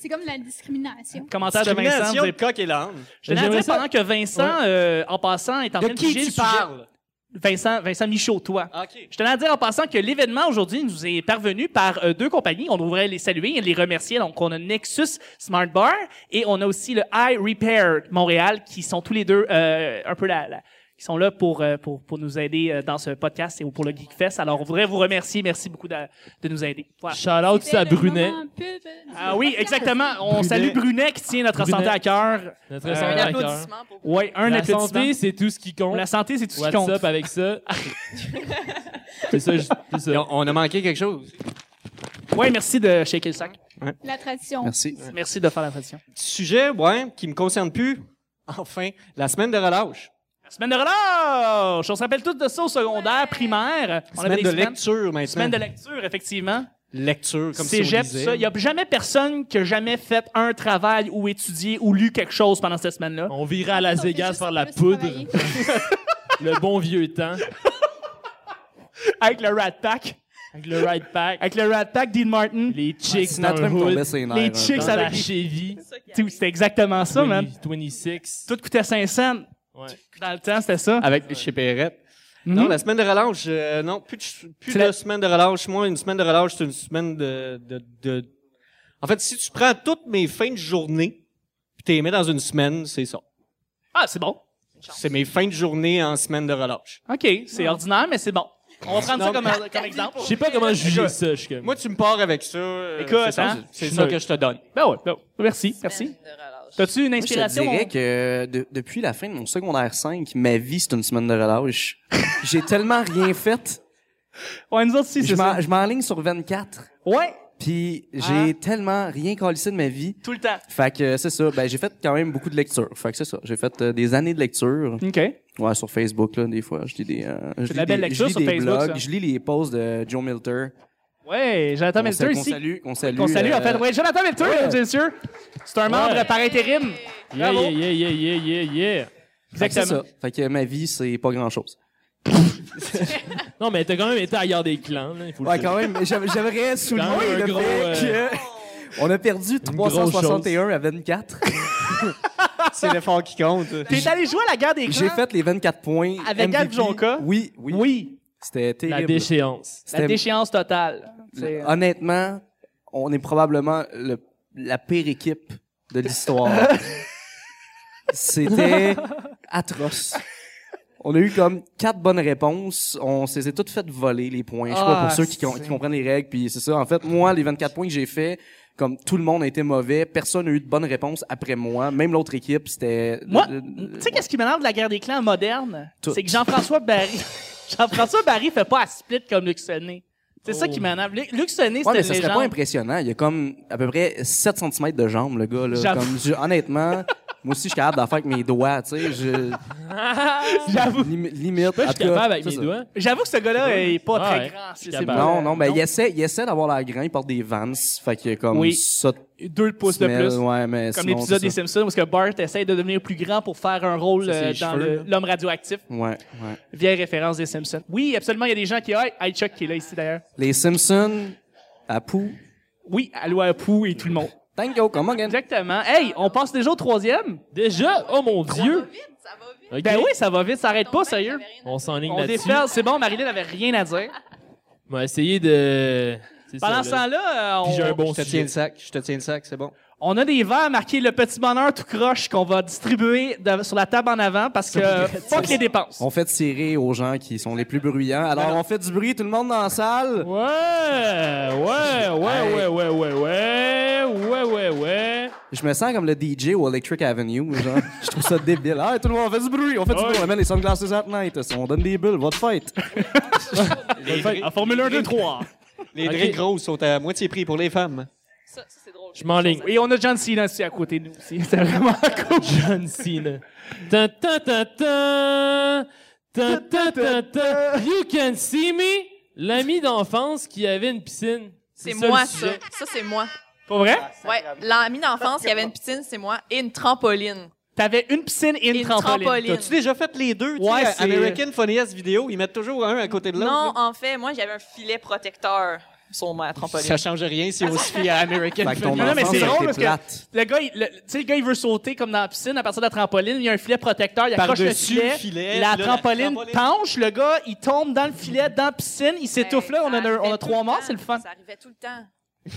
Speaker 3: C'est comme la discrimination.
Speaker 2: Commentaire de Vincent. vous
Speaker 1: Discrimination de
Speaker 2: avez-
Speaker 1: coq et l'âne.
Speaker 2: Je tenais à
Speaker 5: J'aimerais
Speaker 2: dire
Speaker 5: ça-
Speaker 2: pendant que Vincent, euh, en passant, est en
Speaker 1: De
Speaker 2: train
Speaker 1: qui
Speaker 2: piger le
Speaker 1: tu
Speaker 2: sujet-
Speaker 1: parles?
Speaker 2: Vincent, Vincent Michaud, toi.
Speaker 1: Ah, OK.
Speaker 2: Je tenais à dire en passant que l'événement aujourd'hui nous est parvenu par euh, deux compagnies. On devrait les saluer et les remercier. Donc, on a Nexus Smart Bar et on a aussi le Eye Repair Montréal qui sont tous les deux euh, un peu là, qui sont là pour, euh, pour, pour nous aider euh, dans ce podcast et pour le Geek Fest. Alors, on voudrait vous remercier. Merci beaucoup de, de nous aider. Voilà.
Speaker 5: Shout out
Speaker 3: C'était
Speaker 5: à
Speaker 3: le
Speaker 5: Brunet.
Speaker 3: moment pub euh, du
Speaker 2: Ah oui, exactement. On
Speaker 5: Brunet.
Speaker 2: salue Brunet qui tient notre
Speaker 5: Brunet.
Speaker 2: santé à cœur.
Speaker 5: Notre
Speaker 2: Euh,
Speaker 5: santé
Speaker 6: Un
Speaker 5: à cœur.
Speaker 6: applaudissement pour
Speaker 2: Oui, un
Speaker 5: La
Speaker 2: applaudissement.
Speaker 5: santé, c'est tout ce qui compte.
Speaker 2: La santé, c'est tout ce qui
Speaker 5: What's
Speaker 2: compte.
Speaker 5: up
Speaker 2: [laughs]
Speaker 5: avec ça? c'est ça, je- c'est ça.
Speaker 1: Et On, on a manqué quelque chose.
Speaker 2: Oui, merci de shaker le sac.
Speaker 3: La tradition.
Speaker 4: Merci.
Speaker 2: Merci de faire la tradition.
Speaker 1: Sujet, ouais, qui me concerne plus. [laughs] Enfin, la semaine de relâche.
Speaker 2: La semaine de relâche! On se rappelle tout de ça au secondaire, primaire. On
Speaker 1: semaine de
Speaker 2: semaines.
Speaker 1: lecture maintenant.
Speaker 2: Semaine de lecture, effectivement.
Speaker 1: lecture, comme si on
Speaker 2: Cégep,
Speaker 1: lisait.
Speaker 2: ça. Il n'y a jamais personne qui a jamais fait un travail ou étudié ou lu quelque chose pendant cette semaine-là.
Speaker 5: On virait à Las
Speaker 3: On fait
Speaker 5: Vegas
Speaker 3: juste
Speaker 5: faire la
Speaker 3: plus
Speaker 5: poudre,
Speaker 3: travailler.
Speaker 5: le bon vieux temps,
Speaker 2: Avec le Rat Pack.
Speaker 5: avec le Ride Pack,
Speaker 2: Avec le Rat Pack, Dean Martin.
Speaker 5: les chicks dans
Speaker 4: Sinatra
Speaker 5: le
Speaker 4: me tombait
Speaker 5: hood,
Speaker 4: ses nerfs. hein.
Speaker 2: les
Speaker 4: un peu.
Speaker 2: chicks
Speaker 5: dans
Speaker 2: avec
Speaker 5: la
Speaker 2: les-
Speaker 5: Chevy,
Speaker 6: ça qui
Speaker 2: Tout, C'était exactement ça, man.
Speaker 5: 20- 26.
Speaker 2: Tout coûtait 5 cents.
Speaker 5: Ouais.
Speaker 2: Dans le temps, c'était ça.
Speaker 1: Avec chez Perrette.
Speaker 2: Mhm.
Speaker 1: Ah, Non, la semaine de relâche, euh, non, plus de, plus
Speaker 2: C'est
Speaker 1: de
Speaker 2: la-
Speaker 1: semaine de relâche. Moi, une semaine de relâche, c'est une semaine de, de, de- En fait, si tu prends toutes mes fins de journée, puis t'es mets dans une semaine, c'est ça.
Speaker 2: Ah, c'est bon.
Speaker 1: C'est mes fins de journée en semaine de relâche.
Speaker 2: OK, c'est ordinaire, mais c'est bon. On va prendre ça comme, un- comme exemple.
Speaker 5: Je sais pas comment juger ça, je suis comme.
Speaker 1: Moi, tu me pars avec ça. euh,
Speaker 2: Écoute,
Speaker 1: c'est ça,
Speaker 2: hein,
Speaker 1: c'est
Speaker 5: je
Speaker 1: ça
Speaker 5: me-
Speaker 1: que je te donne.
Speaker 2: Ben ouais, ben ouais. merci,
Speaker 6: semaine
Speaker 2: merci.
Speaker 6: de relâche.
Speaker 2: T'as-tu une
Speaker 4: Moi, je te
Speaker 2: inspiration?
Speaker 4: dirais que euh, de- depuis la fin de mon secondaire 5, ma vie, c'est une semaine de relâche. [laughs] J'ai tellement rien fait.
Speaker 2: Ouais, nous autres aussi,
Speaker 4: Je
Speaker 2: c'est ça.
Speaker 4: m'en- je m'enligne sur 24.
Speaker 2: Ouais,
Speaker 4: Puis j'ai
Speaker 2: Ah.
Speaker 4: tellement rien calissé de ma vie.
Speaker 2: tout le temps.
Speaker 4: Fait que euh, c'est ça. Ben, j'ai fait quand même beaucoup de lectures. Fait que c'est ça. J'ai fait euh, des années de lecture.
Speaker 2: OK.
Speaker 4: Ouais, sur Facebook, là, des fois. Je lis des. euh, je
Speaker 2: de la
Speaker 4: lis
Speaker 2: belle
Speaker 4: des- je
Speaker 2: lecture
Speaker 4: lis
Speaker 2: sur
Speaker 4: des
Speaker 2: Facebook,
Speaker 4: blogs,
Speaker 2: ça.
Speaker 4: Je lis les posts de Joe Milter.
Speaker 2: Ouais, Jonathan
Speaker 4: Qu'on sa-
Speaker 2: Melter
Speaker 4: qu'on
Speaker 2: ici.
Speaker 4: salue. Qu'on salue.
Speaker 2: Qu'on salue,
Speaker 4: euh,
Speaker 2: en fait. Ouais, Jonathan Melter, mesdames et messieurs. C'est un membre par intérim.
Speaker 5: Yeah,
Speaker 2: Bravo.
Speaker 5: yeah, yeah, yeah, yeah, yeah,
Speaker 4: fait
Speaker 5: yeah.
Speaker 4: que Ah, c'est
Speaker 2: Exactement.
Speaker 4: ça. Fait que euh, ma vie, c'est pas grand-chose.
Speaker 5: Non, mais t'as quand même été à la guerre des clans, là, il faut le
Speaker 4: Ouais,
Speaker 5: dire.
Speaker 4: quand même, mais j'aime- j'aimerais
Speaker 5: [laughs] Quand
Speaker 4: souligner
Speaker 5: même un
Speaker 4: le
Speaker 5: gros,
Speaker 4: fait
Speaker 5: euh,
Speaker 4: que [laughs] on a perdu
Speaker 5: grosse
Speaker 4: 361 à 24.
Speaker 1: C'est l'effort qui compte.
Speaker 2: T'es allé jouer à la guerre des clans?
Speaker 4: J'ai fait les 24 points.
Speaker 2: Avec
Speaker 4: MVP.
Speaker 2: Gab Jonca?
Speaker 4: Oui, oui.
Speaker 2: Oui,
Speaker 4: C'était
Speaker 5: La
Speaker 4: terrible.
Speaker 5: déchéance.
Speaker 2: la
Speaker 4: C'était- ah,
Speaker 2: déchéance totale. C'est-
Speaker 4: Honnêtement, on est probablement le- la pire équipe
Speaker 2: [laughs]
Speaker 4: de l'histoire. C'était atroce. On a eu comme quatre bonnes réponses. On s'est toutes fait voler les points. Je sais pas
Speaker 2: Ah,
Speaker 4: pour ceux qui, com-
Speaker 2: c'est-
Speaker 4: qui comprennent les règles. Puis c'est ça. En fait, moi, les 24 points que j'ai fait, comme tout le monde a été mauvais, personne n'a eu de bonnes réponses après moi. Même l'autre équipe, c'était.
Speaker 2: Moi,
Speaker 4: le-
Speaker 2: tu sais qu'est-ce qui m'énerve de la guerre des clans moderne?
Speaker 4: Tout.
Speaker 2: C'est que Jean-François Barry... [laughs] Jean-François Barry fait pas à split comme Luc Sonnet. C'est ça qui m'énerve. Luc Luc Sonnet,
Speaker 4: Oh.
Speaker 2: c'était
Speaker 4: Ouais, mais
Speaker 2: une
Speaker 4: ça serait pas
Speaker 2: légende.
Speaker 4: impressionnant. Il y a comme à peu près 7 cm de jambe, le gars. Là.
Speaker 2: J'avoue.
Speaker 4: Comme, je-
Speaker 2: [laughs]
Speaker 4: honnêtement, moi aussi, je suis capable d'en faire avec mes doigts. Tu sais, je,
Speaker 2: J'avoue.
Speaker 4: lim- limite.
Speaker 5: Moi,
Speaker 4: en
Speaker 5: je
Speaker 4: tout
Speaker 5: suis
Speaker 4: cas,
Speaker 5: capable avec
Speaker 4: c'est
Speaker 5: mes
Speaker 4: ça.
Speaker 5: doigts.
Speaker 2: J'avoue que ce gars-là est pas
Speaker 5: Ah
Speaker 2: très
Speaker 5: ouais,
Speaker 2: grand.
Speaker 5: je suis
Speaker 2: c'est-
Speaker 5: capable.
Speaker 2: c'est-
Speaker 4: Non, non, ben,
Speaker 2: Non.
Speaker 4: il essaie, il essaie d'avoir l'air grand. Il porte des Vans. Fait que comme
Speaker 2: Oui.
Speaker 4: ça.
Speaker 2: Deux pouces de
Speaker 4: smell,
Speaker 2: plus.
Speaker 4: Ouais, mais
Speaker 2: Comme
Speaker 4: sinon,
Speaker 2: l'épisode
Speaker 4: c'est
Speaker 2: des
Speaker 4: ça.
Speaker 2: Simpsons, parce que Bart essaie de devenir plus grand pour faire un rôle
Speaker 5: Ça, c'est
Speaker 2: euh,
Speaker 5: les
Speaker 2: dans
Speaker 5: cheveux,
Speaker 2: le-
Speaker 5: là.
Speaker 2: l'homme radioactif.
Speaker 4: Ouais, ouais.
Speaker 2: Vieille référence des Simpsons. Oui, absolument, il y a des gens qui... Ah, hey, Chuck qui est là ici, d'ailleurs.
Speaker 4: Les Simpsons, Apu.
Speaker 2: Oui, allô à Pou et tout le monde.
Speaker 4: Thank you, come again.
Speaker 2: Exactement. Hey, on passe déjà au troisième?
Speaker 5: Déjà? Oh mon
Speaker 6: Ça
Speaker 5: dieu!
Speaker 6: va vite, ça va vite.
Speaker 5: Ok.
Speaker 2: Ben oui, ça va vite, ça arrête pas,
Speaker 6: Donc, ben,
Speaker 2: sérieux.
Speaker 6: j'avais rien à-
Speaker 5: On s'enligne
Speaker 2: On
Speaker 5: là-dessus.
Speaker 2: déferle, c'est bon, Marilyn avait rien à dire.
Speaker 5: On va essayer de... c'est ça,
Speaker 2: Pendant
Speaker 5: là.
Speaker 2: ce temps-là, euh,
Speaker 5: Puis j'ai un
Speaker 2: on,
Speaker 5: bon
Speaker 1: Je te tiens
Speaker 5: sujet.
Speaker 1: le sac, je te tiens le sac, c'est bon.
Speaker 2: on a des verres marqués le petit bonheur tout croche qu'on va distribuer de- sur la table en avant parce que fuck les dépenses.
Speaker 4: On fait tirer aux gens qui sont les plus bruyants. Alors, on fait du bruit, tout le monde dans la salle.
Speaker 5: Ouais, ouais,
Speaker 4: Hey.
Speaker 5: ouais, ouais, ouais, ouais, ouais, ouais, ouais, ouais.
Speaker 4: Je me sens comme le DJ au Electric Avenue, genre. je trouve ça débile. Ah, tout le monde, on fait du bruit, on fait du
Speaker 5: Ouais.
Speaker 4: bruit, on met les sunglasses at night, on donne des bulles, votre fête.
Speaker 2: En Formule 1, 2, 3.
Speaker 1: [laughs] Les
Speaker 5: Ok.
Speaker 1: drinks grosses sont à moitié prix pour les femmes.
Speaker 6: Ça, ça, c'est drôle.
Speaker 5: Je m'enligne.
Speaker 2: Et on a John Cena aussi à côté de nous. aussi. [laughs] C'est vraiment cool.
Speaker 5: John Cena. Tan, tan, tan, tan. Tan, tan, tan, tan. You can see me. L'ami d'enfance qui avait une piscine.
Speaker 6: C'est
Speaker 5: ça,
Speaker 6: moi,
Speaker 5: le
Speaker 6: ça.
Speaker 5: sujet.
Speaker 6: Ça, c'est moi.
Speaker 2: Pour vrai?
Speaker 6: Ouais. L'ami d'enfance, il y avait une piscine, c'est moi. Et une trampoline.
Speaker 2: T'avais une piscine et une,
Speaker 6: Une
Speaker 2: trampoline.
Speaker 6: trampoline.
Speaker 1: T'as-tu déjà fait les deux? tu
Speaker 2: Ouais,
Speaker 1: sais,
Speaker 2: c'est-
Speaker 1: American Funniest Video, ils mettent toujours un à côté de l'autre. là.
Speaker 6: Non, en fait, moi, j'avais un filet protecteur sur ma trampoline.
Speaker 1: Ça change rien si on [laughs]
Speaker 2: Ah,
Speaker 1: se fie à American
Speaker 4: Fait que
Speaker 1: Funniest.
Speaker 4: ton
Speaker 2: euh, Non, non, mais
Speaker 4: enfance
Speaker 2: c'est
Speaker 4: a
Speaker 2: drôle
Speaker 4: été
Speaker 2: parce que-
Speaker 4: plate.
Speaker 2: Le gars, il, le- tu sais, le gars, il veut sauter comme dans la piscine à partir de la trampoline. Il y a un filet protecteur, il accroche le
Speaker 1: Par-dessus
Speaker 2: filet.
Speaker 1: le filet,
Speaker 2: la,
Speaker 1: puis là, la
Speaker 2: trampoline
Speaker 1: trampoline.
Speaker 2: penche, le gars, il tombe dans le filet, dans la piscine, il s'étouffe là. On
Speaker 6: Ça
Speaker 2: a,
Speaker 6: arrivait
Speaker 2: on a
Speaker 6: tout
Speaker 2: trois
Speaker 6: le
Speaker 2: morts,
Speaker 6: temps.
Speaker 2: c'est le fun.
Speaker 6: Ça arrivait tout le temps.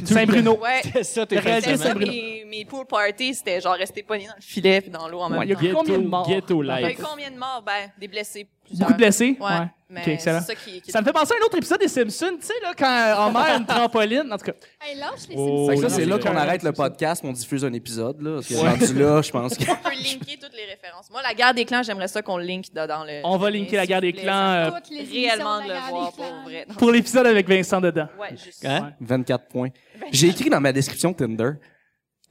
Speaker 2: Saint-Bruno.
Speaker 6: Ouais.
Speaker 1: C'est ça, t'es
Speaker 2: Le réalisateur,
Speaker 6: C'était
Speaker 1: fait
Speaker 6: ça,
Speaker 1: seulement.
Speaker 2: Bruno.
Speaker 6: mes, mes pool parties, c'était genre rester pogné dans le filet puis dans l'eau en même
Speaker 2: Ouais, il y a
Speaker 6: temps.
Speaker 2: combien de
Speaker 5: Ghetto,
Speaker 2: morts?
Speaker 5: ghetto
Speaker 6: Il y a eu
Speaker 5: life.
Speaker 6: combien de morts? Ben, des blessés. plusieurs.
Speaker 2: Beaucoup de blessés?
Speaker 6: Ouais. Mais
Speaker 2: Ok, excellent.
Speaker 6: c'est ça qui, qui-
Speaker 2: Ça me fait penser à un autre épisode des Simpsons, tu sais, là, quand euh, Homer a une trampoline. En tout cas,
Speaker 3: Hey, lâche les
Speaker 5: Oh,
Speaker 4: Fait que
Speaker 3: Simpsons.
Speaker 4: ça,
Speaker 5: non,
Speaker 4: c'est
Speaker 5: c'est
Speaker 4: là
Speaker 5: vrai.
Speaker 4: qu'on arrête le podcast, on diffuse un épisode, là. Parce que rendu là, je pense que. [laughs]
Speaker 6: On peut linker toutes les références. Moi, la guerre des clans, j'aimerais ça qu'on le link dans- dans le.
Speaker 2: on va
Speaker 6: mais
Speaker 2: linker la
Speaker 6: s'il
Speaker 2: guerre
Speaker 6: vous
Speaker 2: des
Speaker 6: plaît,
Speaker 2: clans euh,
Speaker 3: Toutes les
Speaker 6: Réellement
Speaker 3: émissions
Speaker 6: de
Speaker 3: de la
Speaker 6: le
Speaker 3: guerre
Speaker 6: voir
Speaker 3: des
Speaker 6: pour
Speaker 3: clans.
Speaker 6: vrai. Non.
Speaker 2: pour l'épisode avec Vincent dedans.
Speaker 6: Ouais, juste.
Speaker 1: Hein?
Speaker 4: 24 points. J'ai écrit dans ma description Tinder.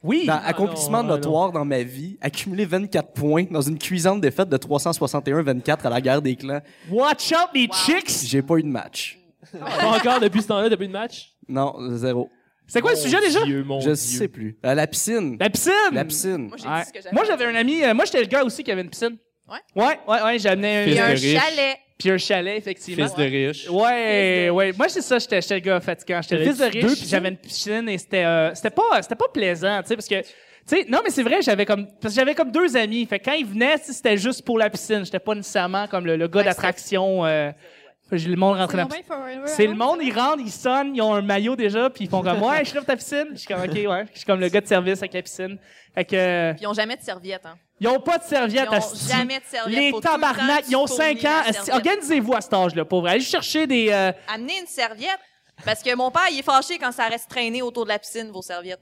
Speaker 2: Oui.
Speaker 4: Dans accomplissement
Speaker 5: non, ah
Speaker 4: notoire dans ma vie, accumuler 24 points dans une cuisante défaite de 361-24 à la guerre des clans.
Speaker 2: Watch out, les chicks!
Speaker 4: J'ai pas eu de match.
Speaker 5: Pas encore depuis ce temps-là, depuis le match?
Speaker 4: Non, zéro.
Speaker 2: C'est quoi le sujet déjà?
Speaker 5: Dieu, mon
Speaker 4: je
Speaker 5: Dieu.
Speaker 4: sais plus. À la piscine.
Speaker 2: La piscine!
Speaker 4: La piscine.
Speaker 6: Moi, j'ai
Speaker 2: Ouais.
Speaker 6: dit ce que j'avais.
Speaker 2: Moi, j'avais un ami, euh, moi, j'étais le gars aussi qui avait une piscine.
Speaker 6: Ouais?
Speaker 2: Ouais, ouais, ouais, j'ai amené un.
Speaker 6: Il y a un
Speaker 5: Fils de riche.
Speaker 6: chalet.
Speaker 2: Puis un chalet, effectivement.
Speaker 1: Fils de riche.
Speaker 2: Ouais, ouais. Moi, c'est ça, j'étais j'étais le gars fatigant. J'étais le fils de
Speaker 5: T'avais-tu deux
Speaker 2: riche,
Speaker 5: piscines?
Speaker 2: j'avais une piscine et c'était euh, c'était pas, c'était pas plaisant, tu sais, parce que... Tu sais, non, mais c'est vrai, j'avais comme... Parce que j'avais comme deux amis. Fait que quand ils venaient, tu sais, c'était juste pour la piscine. J'étais pas nécessairement comme le, le gars
Speaker 6: Ouais,
Speaker 2: d'attraction. euh, j'ai le monde rentré
Speaker 3: C'est
Speaker 2: dans la
Speaker 3: Mobile
Speaker 2: piscine.
Speaker 3: Forever,
Speaker 2: C'est le
Speaker 3: hein?
Speaker 2: monde, ils rentrent, ils sonnent, ils ont un maillot déjà, puis ils font comme « Ouais, je suis là pour ta piscine. » Je suis comme « OK, ouais. » Je suis comme le gars de service avec la piscine. Fait que... euh,
Speaker 6: Puis ils ont jamais de serviette, hein.
Speaker 2: Ils ont pas de serviette
Speaker 6: Ils ont
Speaker 2: à ce
Speaker 6: jamais de serviette.
Speaker 2: Les
Speaker 6: Faut tout le temps
Speaker 2: tabarnak,
Speaker 6: que tu
Speaker 2: ils ont
Speaker 6: fournis
Speaker 2: 5
Speaker 6: la
Speaker 2: ans.
Speaker 6: serviette.
Speaker 2: Organisez-vous à cet âge-là, pour vrai. Allez chercher des... euh,
Speaker 6: Amenez une serviette. Parce que mon père, il est fâché quand ça reste traîné autour de la piscine, vos serviettes.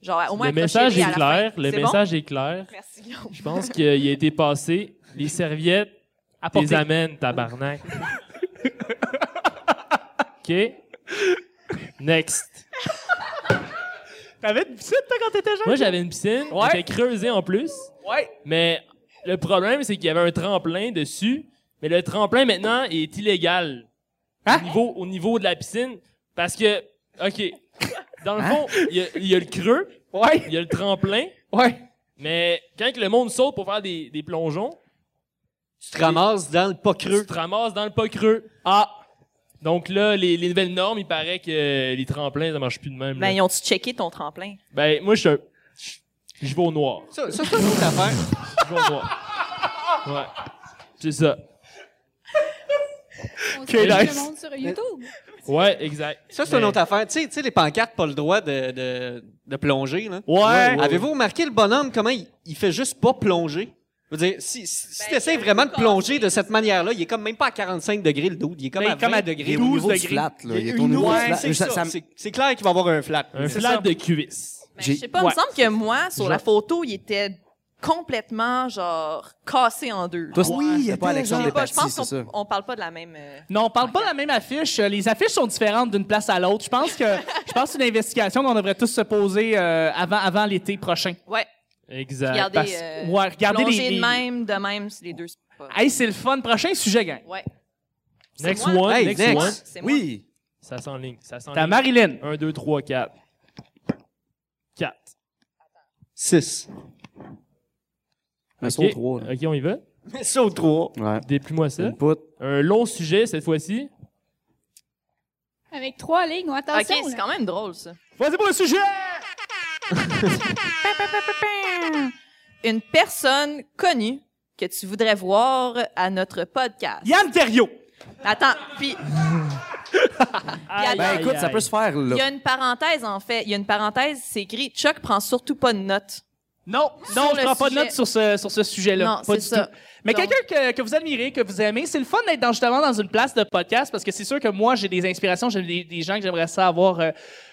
Speaker 6: Genre, au moins,
Speaker 5: Le message
Speaker 6: accrochez-les à
Speaker 5: est
Speaker 6: la
Speaker 5: clair.
Speaker 6: fin.
Speaker 5: Le
Speaker 6: C'est bon?
Speaker 5: message est clair.
Speaker 6: Merci, Guillaume.
Speaker 5: Je pense qu'il a été passé. Les serviettes,
Speaker 2: Apportez.
Speaker 5: les amènes,
Speaker 6: [laughs]
Speaker 5: tabarnak. OK. Next.
Speaker 2: T'avais une piscine, toi, quand t'étais jeune?
Speaker 5: Moi, j'avais une piscine.
Speaker 2: Ouais.
Speaker 5: J'étais creusée en plus.
Speaker 2: Ouais.
Speaker 5: Mais le problème, c'est qu'il y avait un tremplin dessus. Mais le tremplin, maintenant, est illégal.
Speaker 2: Hein?
Speaker 5: Au, niveau, au niveau de la piscine. Parce que, OK, dans le fond, il y a- il y, a le creux,
Speaker 2: Ouais.
Speaker 5: il y a le tremplin.
Speaker 2: Ouais.
Speaker 5: Mais quand que le monde saute pour faire des, des plongeons,
Speaker 1: Tu te ramasses dans le pas creux.
Speaker 5: tu te ramasses dans le pas creux. Ah! Donc là, les, les nouvelles normes, il paraît que euh, les tremplins, ça marche plus de même. là.
Speaker 6: Ben, ils ont-tu checké ton tremplin?
Speaker 5: Ben, moi, je suis un- Je vais au noir.
Speaker 1: Ça, ça, c'est une autre affaire.
Speaker 5: Je vais au noir. Ouais. C'est ça.
Speaker 3: On
Speaker 2: Que
Speaker 3: suit
Speaker 2: nice.
Speaker 3: le monde sur YouTube.
Speaker 5: Ouais, exact.
Speaker 1: Ça, c'est une
Speaker 5: Mais-
Speaker 1: autre affaire. Tu sais, tu sais, les pancartes, pas le droit de, de, de plonger. Là.
Speaker 2: Ouais.
Speaker 1: Avez-vous remarqué le bonhomme, comment il, il fait juste pas plonger? Je veux dire, si, si, si
Speaker 6: Ben,
Speaker 1: t'essayes
Speaker 6: c'est
Speaker 1: vraiment de
Speaker 6: tout
Speaker 1: plonger de cette manière-là, il est comme même pas à 45 degrés le dude. Ben, Il est comme
Speaker 2: Mais
Speaker 1: à 20
Speaker 2: comme à
Speaker 4: Il est
Speaker 1: degrés.
Speaker 4: au
Speaker 2: 12
Speaker 4: niveau du
Speaker 2: degrés.
Speaker 4: flat, là. Il est au
Speaker 1: Une
Speaker 4: niveau
Speaker 1: autre-
Speaker 4: du
Speaker 2: ouais,
Speaker 4: flat.
Speaker 1: c'est
Speaker 4: Ça-
Speaker 1: ça.
Speaker 4: ça me-
Speaker 1: C'est c'est clair qu'il va avoir un flat.
Speaker 5: Un
Speaker 2: C'est
Speaker 5: flat
Speaker 2: ça.
Speaker 5: de cuisse.
Speaker 6: Ben,
Speaker 4: J'ai-
Speaker 6: je sais pas,
Speaker 2: Ouais.
Speaker 6: il me semble que moi, sur
Speaker 2: Genre-
Speaker 6: la photo, il était complètement, genre, cassé en deux.
Speaker 4: Toi,
Speaker 6: Je
Speaker 4: c'est-
Speaker 6: sais
Speaker 4: oui, il y a
Speaker 6: pas,
Speaker 4: pas Alexandre
Speaker 6: je
Speaker 4: Despatie,
Speaker 6: pense
Speaker 4: c'est ça.
Speaker 6: qu'on on parle pas de la même... euh,
Speaker 2: Non, on parle pas de la même affiche. Euh, Les affiches sont différentes d'une place à l'autre. Je pense [laughs] que je pense que c'est une investigation qu'on devrait tous se poser euh, avant avant l'été prochain.
Speaker 6: Ouais,
Speaker 5: Exact.
Speaker 6: regardez...
Speaker 5: Parce-
Speaker 6: euh,
Speaker 2: ouais, regardez les-
Speaker 6: plonger
Speaker 2: les-
Speaker 6: de même, de même, c'est les deux... c'est pas-
Speaker 2: Hey, c'est le fun. Prochain sujet, gang.
Speaker 6: Ouais. C'est
Speaker 5: Next
Speaker 6: moi.
Speaker 5: one,
Speaker 1: Hey,
Speaker 5: next,
Speaker 1: next.
Speaker 5: one.
Speaker 6: C'est moi.
Speaker 4: Oui.
Speaker 5: Ça s'enligne, ça s'enligne.
Speaker 2: T'as Marilyn.
Speaker 5: 1, 2, 3, 4. 4.
Speaker 1: 6.
Speaker 4: Un saut trois, là.
Speaker 5: OK, on y va.
Speaker 1: Mais [laughs] ça au 3.
Speaker 4: Ouais.
Speaker 5: Déplie-moi ça.
Speaker 4: Une poutre.
Speaker 5: Un long sujet cette fois-ci.
Speaker 3: Avec trois lignes,
Speaker 6: Ok,
Speaker 3: attention.
Speaker 6: c'est
Speaker 3: là.
Speaker 6: quand même drôle, ça.
Speaker 2: Vas-y pour le sujet.
Speaker 6: Une personne connue que tu voudrais voir à notre podcast.
Speaker 2: Yann Terriot.
Speaker 6: Attends, puis
Speaker 5: Aïe,
Speaker 6: Ben,
Speaker 4: Ben
Speaker 5: aïe,
Speaker 4: écoute, ça
Speaker 5: aïe.
Speaker 4: peut se faire,
Speaker 6: il y
Speaker 4: là.
Speaker 6: a une parenthèse, en fait. Il y a une parenthèse, c'est écrit « Chuck prend surtout pas de notes
Speaker 2: Non, non, je
Speaker 6: le
Speaker 2: prends pas de
Speaker 6: sujet.
Speaker 2: notes sur ce, sur ce sujet-là.
Speaker 6: Non,
Speaker 2: pas
Speaker 6: c'est
Speaker 2: du
Speaker 6: ça.
Speaker 2: tout. Mais
Speaker 6: Donc-
Speaker 2: quelqu'un que, que vous admirez, que vous aimez, c'est le fun d'être dans, justement dans une place de podcast parce que c'est sûr que moi, j'ai des inspirations, j'ai des, des gens que j'aimerais ça avoir euh,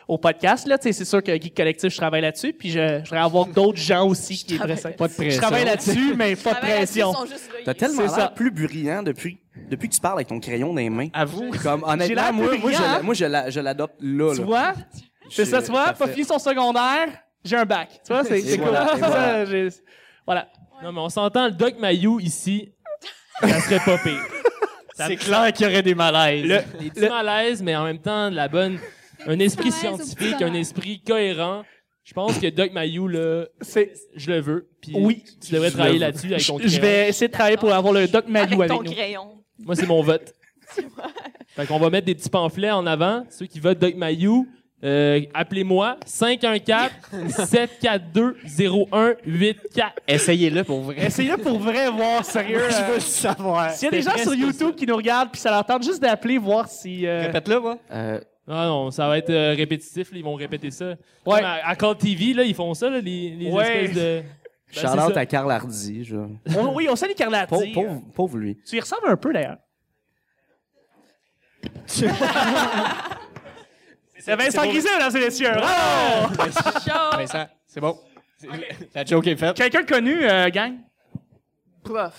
Speaker 2: au podcast. Là, Tu sais, c'est sûr que Geek Collectif, je travaille là-dessus, puis je, je voudrais avoir d'autres gens aussi qui
Speaker 6: travaille
Speaker 2: aimeraient ça.
Speaker 1: Pas de pression.
Speaker 2: Je travaille là-dessus, mais ». pas de
Speaker 6: Ah ben, là-dessus, ils
Speaker 2: pression.
Speaker 6: sont juste là,
Speaker 4: T'as
Speaker 6: ils-
Speaker 4: tellement
Speaker 2: C'est ça.
Speaker 4: l'air plus brillant depuis, depuis que tu parles avec ton crayon dans les mains.
Speaker 1: Avoue.
Speaker 4: Comme,
Speaker 2: J'ai l'air
Speaker 4: honnêtement, moi,
Speaker 2: plus
Speaker 4: moi, je
Speaker 2: brillant.
Speaker 4: la- moi, je la- je l'adopte là,
Speaker 2: Tu
Speaker 4: là.
Speaker 2: vois? C'est
Speaker 4: Je-
Speaker 2: ça, tu vois? Pas
Speaker 4: parfait.
Speaker 2: fini son secondaire, j'ai un bac. Tu vois, c'est
Speaker 4: Et
Speaker 2: c'est cool.
Speaker 4: voilà,
Speaker 2: [laughs]
Speaker 4: et
Speaker 2: Ça,
Speaker 4: voilà.
Speaker 2: j'ai- voilà.
Speaker 5: Non, mais on s'entend, le Doc Mayou ici, ça serait pas pire.
Speaker 1: C'est clair qu'il y aurait des malaises.
Speaker 5: Des petits malaises, mais en même temps, de la bonne... un esprit
Speaker 3: Ouais, c'est
Speaker 5: scientifique,
Speaker 3: petit
Speaker 5: un esprit cohérent. Je pense que Doc Mayou, là,
Speaker 2: C'est-
Speaker 5: je le veux. Puis
Speaker 2: Oui.
Speaker 5: Tu devrais
Speaker 4: Je
Speaker 5: travailler
Speaker 4: le veux.
Speaker 5: là-dessus avec
Speaker 2: Je
Speaker 5: ton
Speaker 2: je
Speaker 5: crayon.
Speaker 2: vais essayer de travailler pour avoir le Doc
Speaker 6: Avec
Speaker 2: Malou avec
Speaker 6: ton
Speaker 2: nous. [laughs]
Speaker 6: crayon.
Speaker 5: Moi, c'est mon vote. fait qu'on va mettre des petits pamphlets en avant. Ceux qui votent Doc Mayou, euh, appelez-moi 514-742-0184.
Speaker 1: Essayez-le pour vrai.
Speaker 2: Essayez-le pour vrai, voir, sérieux.
Speaker 1: [laughs] Je
Speaker 2: euh,
Speaker 1: veux savoir.
Speaker 2: S'il y a des gens sur YouTube qui nous regardent puis ça leur tente juste d'appeler voir si euh,
Speaker 1: Répète-le, moi.
Speaker 4: Euh,
Speaker 5: Ah non, ça va être euh, répétitif, là, ils vont répéter ça.
Speaker 2: Ouais.
Speaker 5: Comme à, à Call TV, là, ils font ça, là, les, les
Speaker 2: Ouais.
Speaker 5: espèces de... Ben,
Speaker 4: shout
Speaker 5: c'est
Speaker 4: out
Speaker 5: ça.
Speaker 4: à Carl Hardy. Je...
Speaker 2: on- oui, on sait les Carlatti.
Speaker 4: Pauvre, pauvre, pauvre lui.
Speaker 2: Tu y ressembles un peu [laughs] d'ailleurs. C'est Vincent Grisé, mesdames et messieurs. Bravo!
Speaker 6: Chaud.
Speaker 1: Vincent, c'est bon. C'est- La joke est faite.
Speaker 2: Quelqu'un de connu, euh, gang?
Speaker 6: Bof.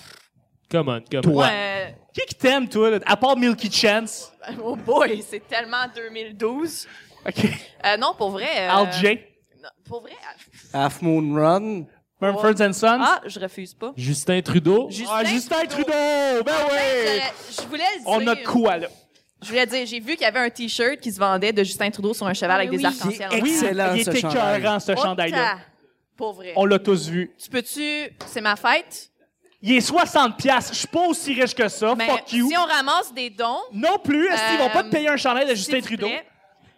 Speaker 5: Come on, come on.
Speaker 6: Ouais.
Speaker 2: Qui qui t'aime, toi, là, à part Milky Chance?
Speaker 6: Oh boy, c'est tellement 2012.
Speaker 2: OK.
Speaker 6: Euh, non, pour vrai. euh,
Speaker 2: Al J.
Speaker 6: non, Pour vrai. ah,
Speaker 4: Half Moon Run.
Speaker 2: Mumford and Sons.
Speaker 6: Ah, je refuse pas.
Speaker 5: Justin Trudeau.
Speaker 2: Ah, Justin Trudeau! Ben oui!
Speaker 6: Ah, Je voulais le dire.
Speaker 2: On a quoi, là?
Speaker 6: Je voulais dire, j'ai vu qu'il y avait un t-shirt qui se vendait de Justin Trudeau sur un cheval avec
Speaker 3: Oui,
Speaker 6: des
Speaker 3: oui.
Speaker 6: arcs-en-ciel.
Speaker 4: Oui, Excellent,
Speaker 2: il
Speaker 4: ce
Speaker 2: était
Speaker 4: chandail.
Speaker 2: écœurant, ce
Speaker 6: Oh,
Speaker 2: chandail-là.
Speaker 6: ta- Pour vrai.
Speaker 2: On l'a tous vu.
Speaker 6: Tu peux-tu. C'est ma fête.
Speaker 2: Il est 60 pièces. Je suis pas aussi riche que ça.
Speaker 6: Mais
Speaker 2: Oh, Fuck you.
Speaker 6: si on ramasse des dons.
Speaker 2: Non plus. Est-ce qu'ils vont
Speaker 6: Euh,
Speaker 2: pas te payer un chandail de
Speaker 6: s'il
Speaker 2: Justin
Speaker 6: vous
Speaker 2: Trudeau?
Speaker 6: plaît,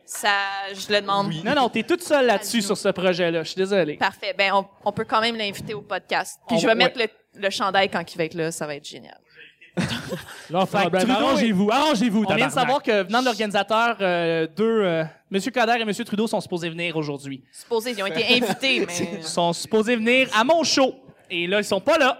Speaker 6: ça, je le demande.
Speaker 2: Non, non, t'es toute seule là-dessus sur ce projet-là. Je suis désolé.
Speaker 6: Parfait. Ben, on, on peut quand même l'inviter au podcast. Puis
Speaker 2: On-
Speaker 6: je vais mettre le, le chandail quand il va être là. Ça va être génial.
Speaker 5: Là,
Speaker 2: Fait que
Speaker 5: problème.
Speaker 2: Trudeau est-
Speaker 5: Arrangez-vous, arrangez-vous,
Speaker 2: On vient de
Speaker 5: tabarnak.
Speaker 2: savoir que venant de l'organisateur, euh, deux, euh, M. Coder et M. Trudeau sont supposés venir aujourd'hui.
Speaker 6: Supposé, ils ont été
Speaker 5: [laughs]
Speaker 6: invités, mais. euh,
Speaker 2: Ils sont supposés venir à mon show. Et là, ils sont pas là.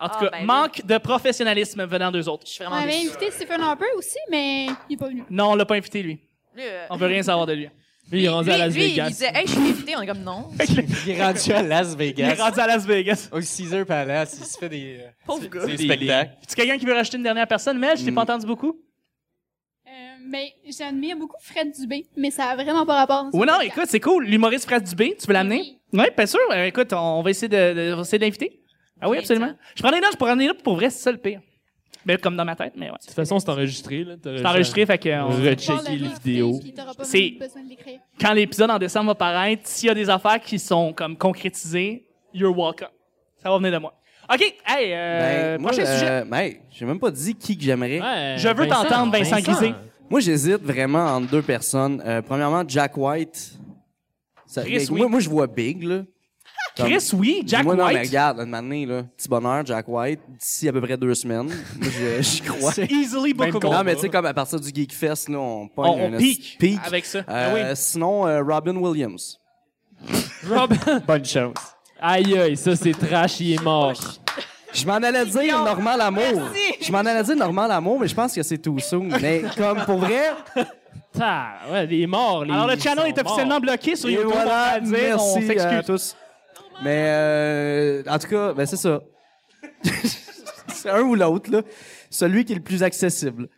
Speaker 2: En tout
Speaker 6: Ah,
Speaker 2: cas,
Speaker 6: ben là.
Speaker 2: manque de professionnalisme venant d'eux autres.
Speaker 6: Je suis
Speaker 3: On
Speaker 6: vraiment
Speaker 3: avait
Speaker 6: déçue.
Speaker 3: invité Stephen Harper aussi, mais il est pas venu.
Speaker 2: Non, on l'a pas invité, lui.
Speaker 6: Lui, euh,
Speaker 2: On veut rien savoir de lui.
Speaker 5: Lui, il est rendu à
Speaker 6: lui-
Speaker 5: Las
Speaker 6: lui, il
Speaker 5: Vegas.
Speaker 6: disait, hey, je suis invité. On est comme, non.
Speaker 1: Il est rendu à Las
Speaker 2: Il est
Speaker 1: Vegas.
Speaker 2: rendu à Las Vegas.
Speaker 1: Au Caesar Palace, il se fait des, euh,
Speaker 6: Pauvre gars.
Speaker 1: des spectacles.
Speaker 2: Tu quelqu'un qui veut racheter une dernière personne, mais je t'ai pas entendu beaucoup.
Speaker 3: Euh, mais j'admire beaucoup Fred Dubé, mais ça a vraiment pas rapport. dans ce
Speaker 2: Oui, non,
Speaker 3: podcast.
Speaker 2: écoute, c'est cool. L'humoriste Fred Dubé, tu veux l'amener? Oui, bien sûr. Euh, écoute, on va essayer de, de- on va essayer de l'inviter. Ah oui,
Speaker 6: Oui,
Speaker 2: absolument.
Speaker 6: ça.
Speaker 2: Je prends des notes, je prends des notes pour vrai, c'est ça le pire. Mais comme dans ma tête, mais ouais.
Speaker 5: De toute façon, c'est enregistré. là. T'as
Speaker 2: C'est enregistré, fait que on-
Speaker 3: On parlera
Speaker 5: Rechecker les
Speaker 3: off stage,
Speaker 5: vidéos.
Speaker 3: puis t'auras pas
Speaker 2: C'est-
Speaker 3: même besoin de l'écrire.
Speaker 2: quand l'épisode en décembre va paraître, s'il y a des affaires qui sont comme concrétisées, you're welcome. Ça va venir de moi. OK, hey, euh,
Speaker 4: Ben, moi,
Speaker 2: prochain
Speaker 4: euh,
Speaker 2: sujet.
Speaker 4: ben, hey, j'ai même pas dit qui que j'aimerais.
Speaker 5: Ouais,
Speaker 2: Je veux t'entendre, Vincent Grisé.
Speaker 4: Moi, j'hésite vraiment entre deux personnes. Euh, premièrement, Jack White. Ça- ben,
Speaker 2: Chris,
Speaker 4: moi,
Speaker 2: oui.
Speaker 4: moi, je vois Big, là. Comme-
Speaker 2: Chris, oui, Jack
Speaker 4: moi, non, mais
Speaker 2: White.
Speaker 4: regarde, là, de maintenant, là, petit bonheur, Jack White, d'ici à peu près deux semaines, [laughs] moi,
Speaker 2: [laughs]
Speaker 4: je- j'y crois.
Speaker 2: Easily beaucoup
Speaker 4: Ben, Non, mais tu sais, comme à partir du Geek Fest, là, on pogne
Speaker 2: On- on
Speaker 4: un
Speaker 2: pique
Speaker 4: petit pic.
Speaker 2: avec ça.
Speaker 4: Euh,
Speaker 2: Ah oui.
Speaker 4: Sinon, euh, Robin Williams.
Speaker 5: Rob-
Speaker 2: [laughs]
Speaker 1: Bonne chance.
Speaker 5: Aïe, aïe, ça, c'est trash, il est mort.
Speaker 4: Je m'en allais dire normal amour. Je m'en allais dire normal amour, mais je pense que c'est tout soon. Mais comme
Speaker 2: [laughs]
Speaker 4: pour vrai,
Speaker 5: Ah, ouais, il est mort. les-
Speaker 2: Alors, le
Speaker 5: ils
Speaker 2: channel est
Speaker 5: sont
Speaker 2: officiellement
Speaker 5: morts.
Speaker 2: bloqué sur
Speaker 4: et
Speaker 2: YouTube. on va
Speaker 4: voilà,
Speaker 2: le dire, on
Speaker 4: merci euh, à
Speaker 2: s'excuse.
Speaker 4: tous. Mais euh, en tout cas, ben, c'est ça. [laughs] c'est un ou l'autre, là. Celui qui est le plus accessible.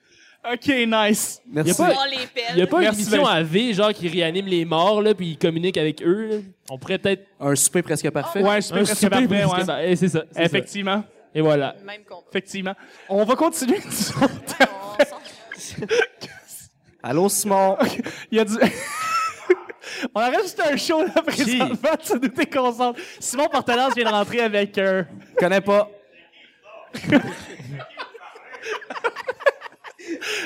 Speaker 2: OK, nice.
Speaker 4: Merci.
Speaker 5: Y a
Speaker 6: On les pelle.
Speaker 5: Il n'y a pas une
Speaker 2: Merci,
Speaker 5: émission
Speaker 2: Vincent.
Speaker 5: à V, genre, qui réanime les morts, là, puis il communique avec eux. là. On pourrait peut-être...
Speaker 4: Un souper presque parfait.
Speaker 2: Ouais, super,
Speaker 5: un
Speaker 2: presque
Speaker 5: souper
Speaker 2: parfait,
Speaker 5: plus
Speaker 2: ouais.
Speaker 5: que ça. Eh, C'est ça. c'est ça.
Speaker 2: Effectivement,
Speaker 5: Et voilà.
Speaker 6: Même combat.
Speaker 2: effectivement. On va continuer. [laughs] disons.
Speaker 6: On s'en-
Speaker 4: Allô, [laughs] Simon.
Speaker 2: Il y a du... [laughs] On aurait juste un show, là, présentement. Tu nous déconcentres. Simon Portelance vient de rentrer avec euh, un...
Speaker 4: Connais pas.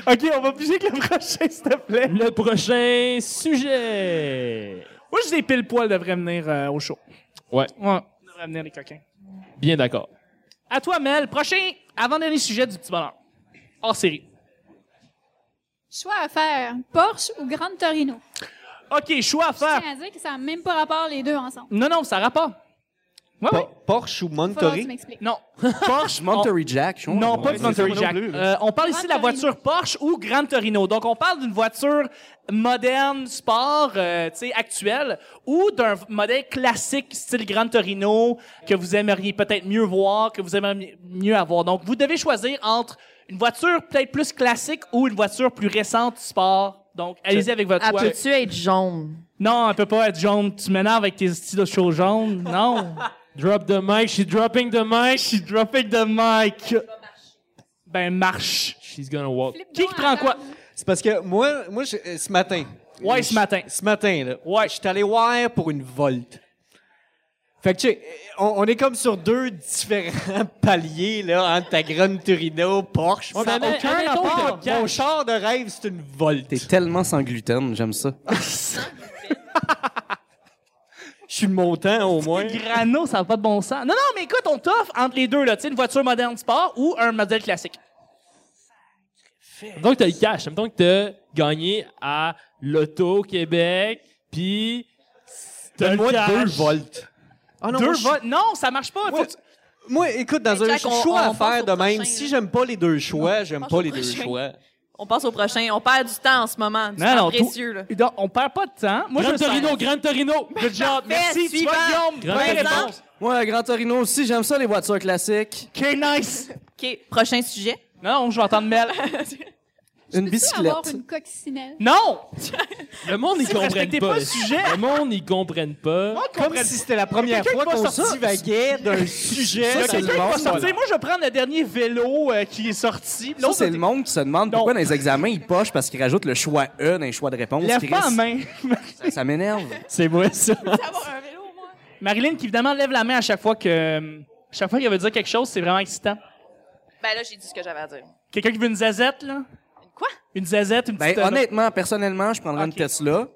Speaker 2: OK, on va bouger que le prochain, s'il te plaît.
Speaker 5: Le prochain sujet.
Speaker 2: Moi, je dis pile poil devrait venir euh, au show.
Speaker 5: Ouais,
Speaker 2: Ouais. Devrait venir les coquins.
Speaker 5: bien d'accord.
Speaker 2: À toi, Mel. Prochain, avant-dernier sujet du petit bonheur. Hors série.
Speaker 3: Choix à faire, Porsche ou Grande Torino.
Speaker 2: OK, choix à
Speaker 3: Je
Speaker 2: faire.
Speaker 3: tiens à dire que ça n'a même pas rapport les deux ensemble.
Speaker 2: Non, non, ça rapporte. Ouais, ouais.
Speaker 1: Porsche ou
Speaker 3: Faut que
Speaker 1: Monterey?
Speaker 3: tu m'expliques.
Speaker 2: Non. [laughs]
Speaker 4: Porsche, Monterey Jack. je crois.
Speaker 2: Non, pas
Speaker 4: Ouais.
Speaker 2: du Monterey
Speaker 1: c'est
Speaker 2: Jack.
Speaker 1: non plus, là.
Speaker 2: Euh, on parle ici de la
Speaker 3: Grand Torino.
Speaker 2: voiture Porsche ou Grand Torino. Donc, on parle d'une voiture moderne, sport, euh, tu sais, actuelle, ou d'un modèle classique style Grand Torino que vous aimeriez peut-être mieux voir, que vous aimeriez mieux avoir. Donc, vous devez choisir entre une voiture peut-être plus classique ou une voiture plus récente sport. Donc, allez-y avec votre choix.
Speaker 6: Elle peut-tu Ah, être jaune?
Speaker 2: Non, elle peut pas être jaune. Tu m'énerves avec tes stylos chauds jaunes. Non.
Speaker 5: Drop the mic, she's dropping the mic.
Speaker 2: Je suis dropping the mic. Ben, marche.
Speaker 5: She's gonna walk.
Speaker 3: Flip
Speaker 2: Qui
Speaker 3: donc
Speaker 2: qui
Speaker 3: à
Speaker 2: prend
Speaker 3: la
Speaker 2: quoi?
Speaker 3: table.
Speaker 1: C'est parce que moi, moi je- euh, ce matin,
Speaker 2: Ouais, ce matin.
Speaker 1: Ce matin, là. Ouais. Je suis allé voir pour une volte. Fait que, tu sais, on, on est comme sur deux différents [laughs] paliers, là, entre ta grande Turino, Porsche.
Speaker 5: Ouais,
Speaker 1: Ça
Speaker 5: mais
Speaker 1: a
Speaker 5: admettons que-
Speaker 1: rapport. Mon char de rêve, c'est une volte.
Speaker 4: T'es tellement sans gluten, j'aime [laughs] ça.
Speaker 1: Je suis montant, au moins.
Speaker 2: Grano, ça n'a pas de bon sens. Non, non, mais écoute, on t'offre entre les deux, là, tu sais, une voiture moderne sport ou un modèle classique.
Speaker 5: Donc, t'as le cash. Mettons que t'as gagné à l'Auto Québec, puis t'as le
Speaker 1: Donne-moi
Speaker 5: cash.
Speaker 1: deux volts. Ah non,
Speaker 2: deux
Speaker 1: moi, je-
Speaker 2: votes. Non, ça marche pas. Faut
Speaker 1: Moi,
Speaker 2: que tu-
Speaker 1: moi, écoute, dans
Speaker 6: Mais
Speaker 1: un
Speaker 6: Jack, on-
Speaker 1: choix
Speaker 6: on
Speaker 1: à
Speaker 6: pense
Speaker 1: faire
Speaker 6: au
Speaker 1: de même,
Speaker 6: prochain,
Speaker 1: si
Speaker 6: là.
Speaker 1: j'aime pas les deux choix, j'aime
Speaker 6: pense
Speaker 1: pas
Speaker 6: au
Speaker 1: les deux
Speaker 6: prochain.
Speaker 1: choix.
Speaker 6: On passe au prochain. On perd du temps en ce moment. Du
Speaker 2: Non,
Speaker 6: temps
Speaker 2: non, tout-
Speaker 6: précieux, là.
Speaker 2: Donc, on perd pas de temps. Moi,
Speaker 5: Gran
Speaker 2: je le
Speaker 5: Torino,
Speaker 2: sens.
Speaker 5: Gran Torino!
Speaker 2: Good job. Merci, tu
Speaker 6: suivant.
Speaker 2: vois, Guillaume.
Speaker 5: Grand
Speaker 2: Bonne
Speaker 6: exemple.
Speaker 2: réponse.
Speaker 4: Moi, Grand Torino aussi, j'aime ça, les voitures classiques.
Speaker 2: OK, nice.
Speaker 6: OK, prochain
Speaker 5: [laughs]
Speaker 6: sujet.
Speaker 2: Non, je vais entendre Mel.
Speaker 4: Une
Speaker 3: Peux-tu avoir
Speaker 4: bicyclette.
Speaker 2: [laughs]
Speaker 3: une coccinelle?
Speaker 2: Non!
Speaker 5: Le monde, ils
Speaker 2: Si vous respectez
Speaker 5: comprennent
Speaker 2: pas
Speaker 5: pas.
Speaker 2: le sujet.
Speaker 5: Le monde, ils comprennent pas.
Speaker 1: Comme si c'était la première
Speaker 2: Quelqu'un
Speaker 1: fois
Speaker 2: qui va
Speaker 1: qu'on
Speaker 2: sortir-
Speaker 1: divaguait d'un sujet.
Speaker 4: Ça,
Speaker 1: dans
Speaker 4: c'est
Speaker 1: le
Speaker 4: le
Speaker 1: monde.
Speaker 4: monde.
Speaker 2: Pas sorti. Moi, je prends le dernier vélo euh, qui est sorti.
Speaker 4: Ça,
Speaker 2: L'autre,
Speaker 4: c'est le monde qui se demande
Speaker 2: Non.
Speaker 4: pourquoi dans les examens, ils pochent parce qu'ils rajoutent le choix E dans les choix de réponse.
Speaker 2: Lève
Speaker 4: Chris,
Speaker 2: pas la main.
Speaker 4: ça- Ça m'énerve.
Speaker 2: [laughs]
Speaker 1: C'est moi, ça.
Speaker 6: avoir un vélo, moi?
Speaker 2: Marilyn, qui évidemment lève la main à chaque fois que. euh, Chaque fois qu'elle veut dire quelque chose, c'est vraiment excitant.
Speaker 6: Ben là, j'ai dit ce que j'avais à dire.
Speaker 2: Quelqu'un qui veut une zazette, là?
Speaker 6: Quoi?
Speaker 2: Une zazette, une petite.
Speaker 4: Ben,
Speaker 2: euh,
Speaker 4: honnêtement, personnellement, je prendrais
Speaker 2: Ok.
Speaker 4: une Tesla,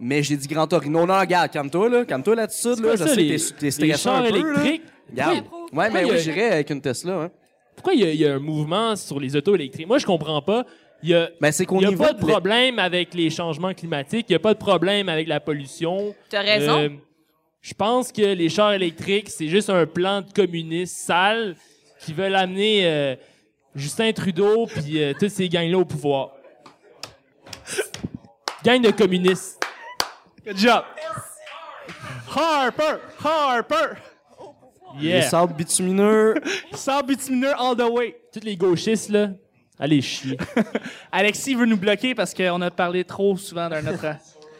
Speaker 4: mais j'ai dit Grand Torino. Non, regarde, calme-toi, là. Calme-toi là-dessus, là.
Speaker 5: Pourquoi
Speaker 4: Je
Speaker 5: ça,
Speaker 4: sais que
Speaker 5: les-
Speaker 4: t'es- t'es
Speaker 5: les
Speaker 4: stressé
Speaker 5: chars
Speaker 4: un peu, là.
Speaker 5: électriques.
Speaker 4: Regarde.
Speaker 3: Oui.
Speaker 4: Ouais, mais
Speaker 5: Oui,
Speaker 4: oui,
Speaker 5: euh,
Speaker 4: j'irais avec une Tesla, hein.
Speaker 5: Pourquoi il y, a- il y a un mouvement sur les autos électriques? Moi, je comprends pas. Il y a,
Speaker 4: Ben, c'est
Speaker 5: il
Speaker 4: qu'on
Speaker 5: y a
Speaker 4: y va.
Speaker 5: pas de problème avec les changements climatiques. Il n'y a pas de problème avec la pollution.
Speaker 6: T'as raison.
Speaker 5: Euh, je pense que les chars électriques, c'est juste un plan de communistes sales qui veulent amener euh, Justin Trudeau puis euh, toutes ces gangs-là au pouvoir. Gang de communistes.
Speaker 2: Good job. Harper! Harper!
Speaker 4: Les
Speaker 5: Yeah.
Speaker 4: sables bitumineux. [laughs]
Speaker 2: Sans bitumineux all the way.
Speaker 5: Tous les gauchistes, là, allez chier.
Speaker 2: Alexis veut nous bloquer parce qu'on a parlé trop souvent de [laughs] notre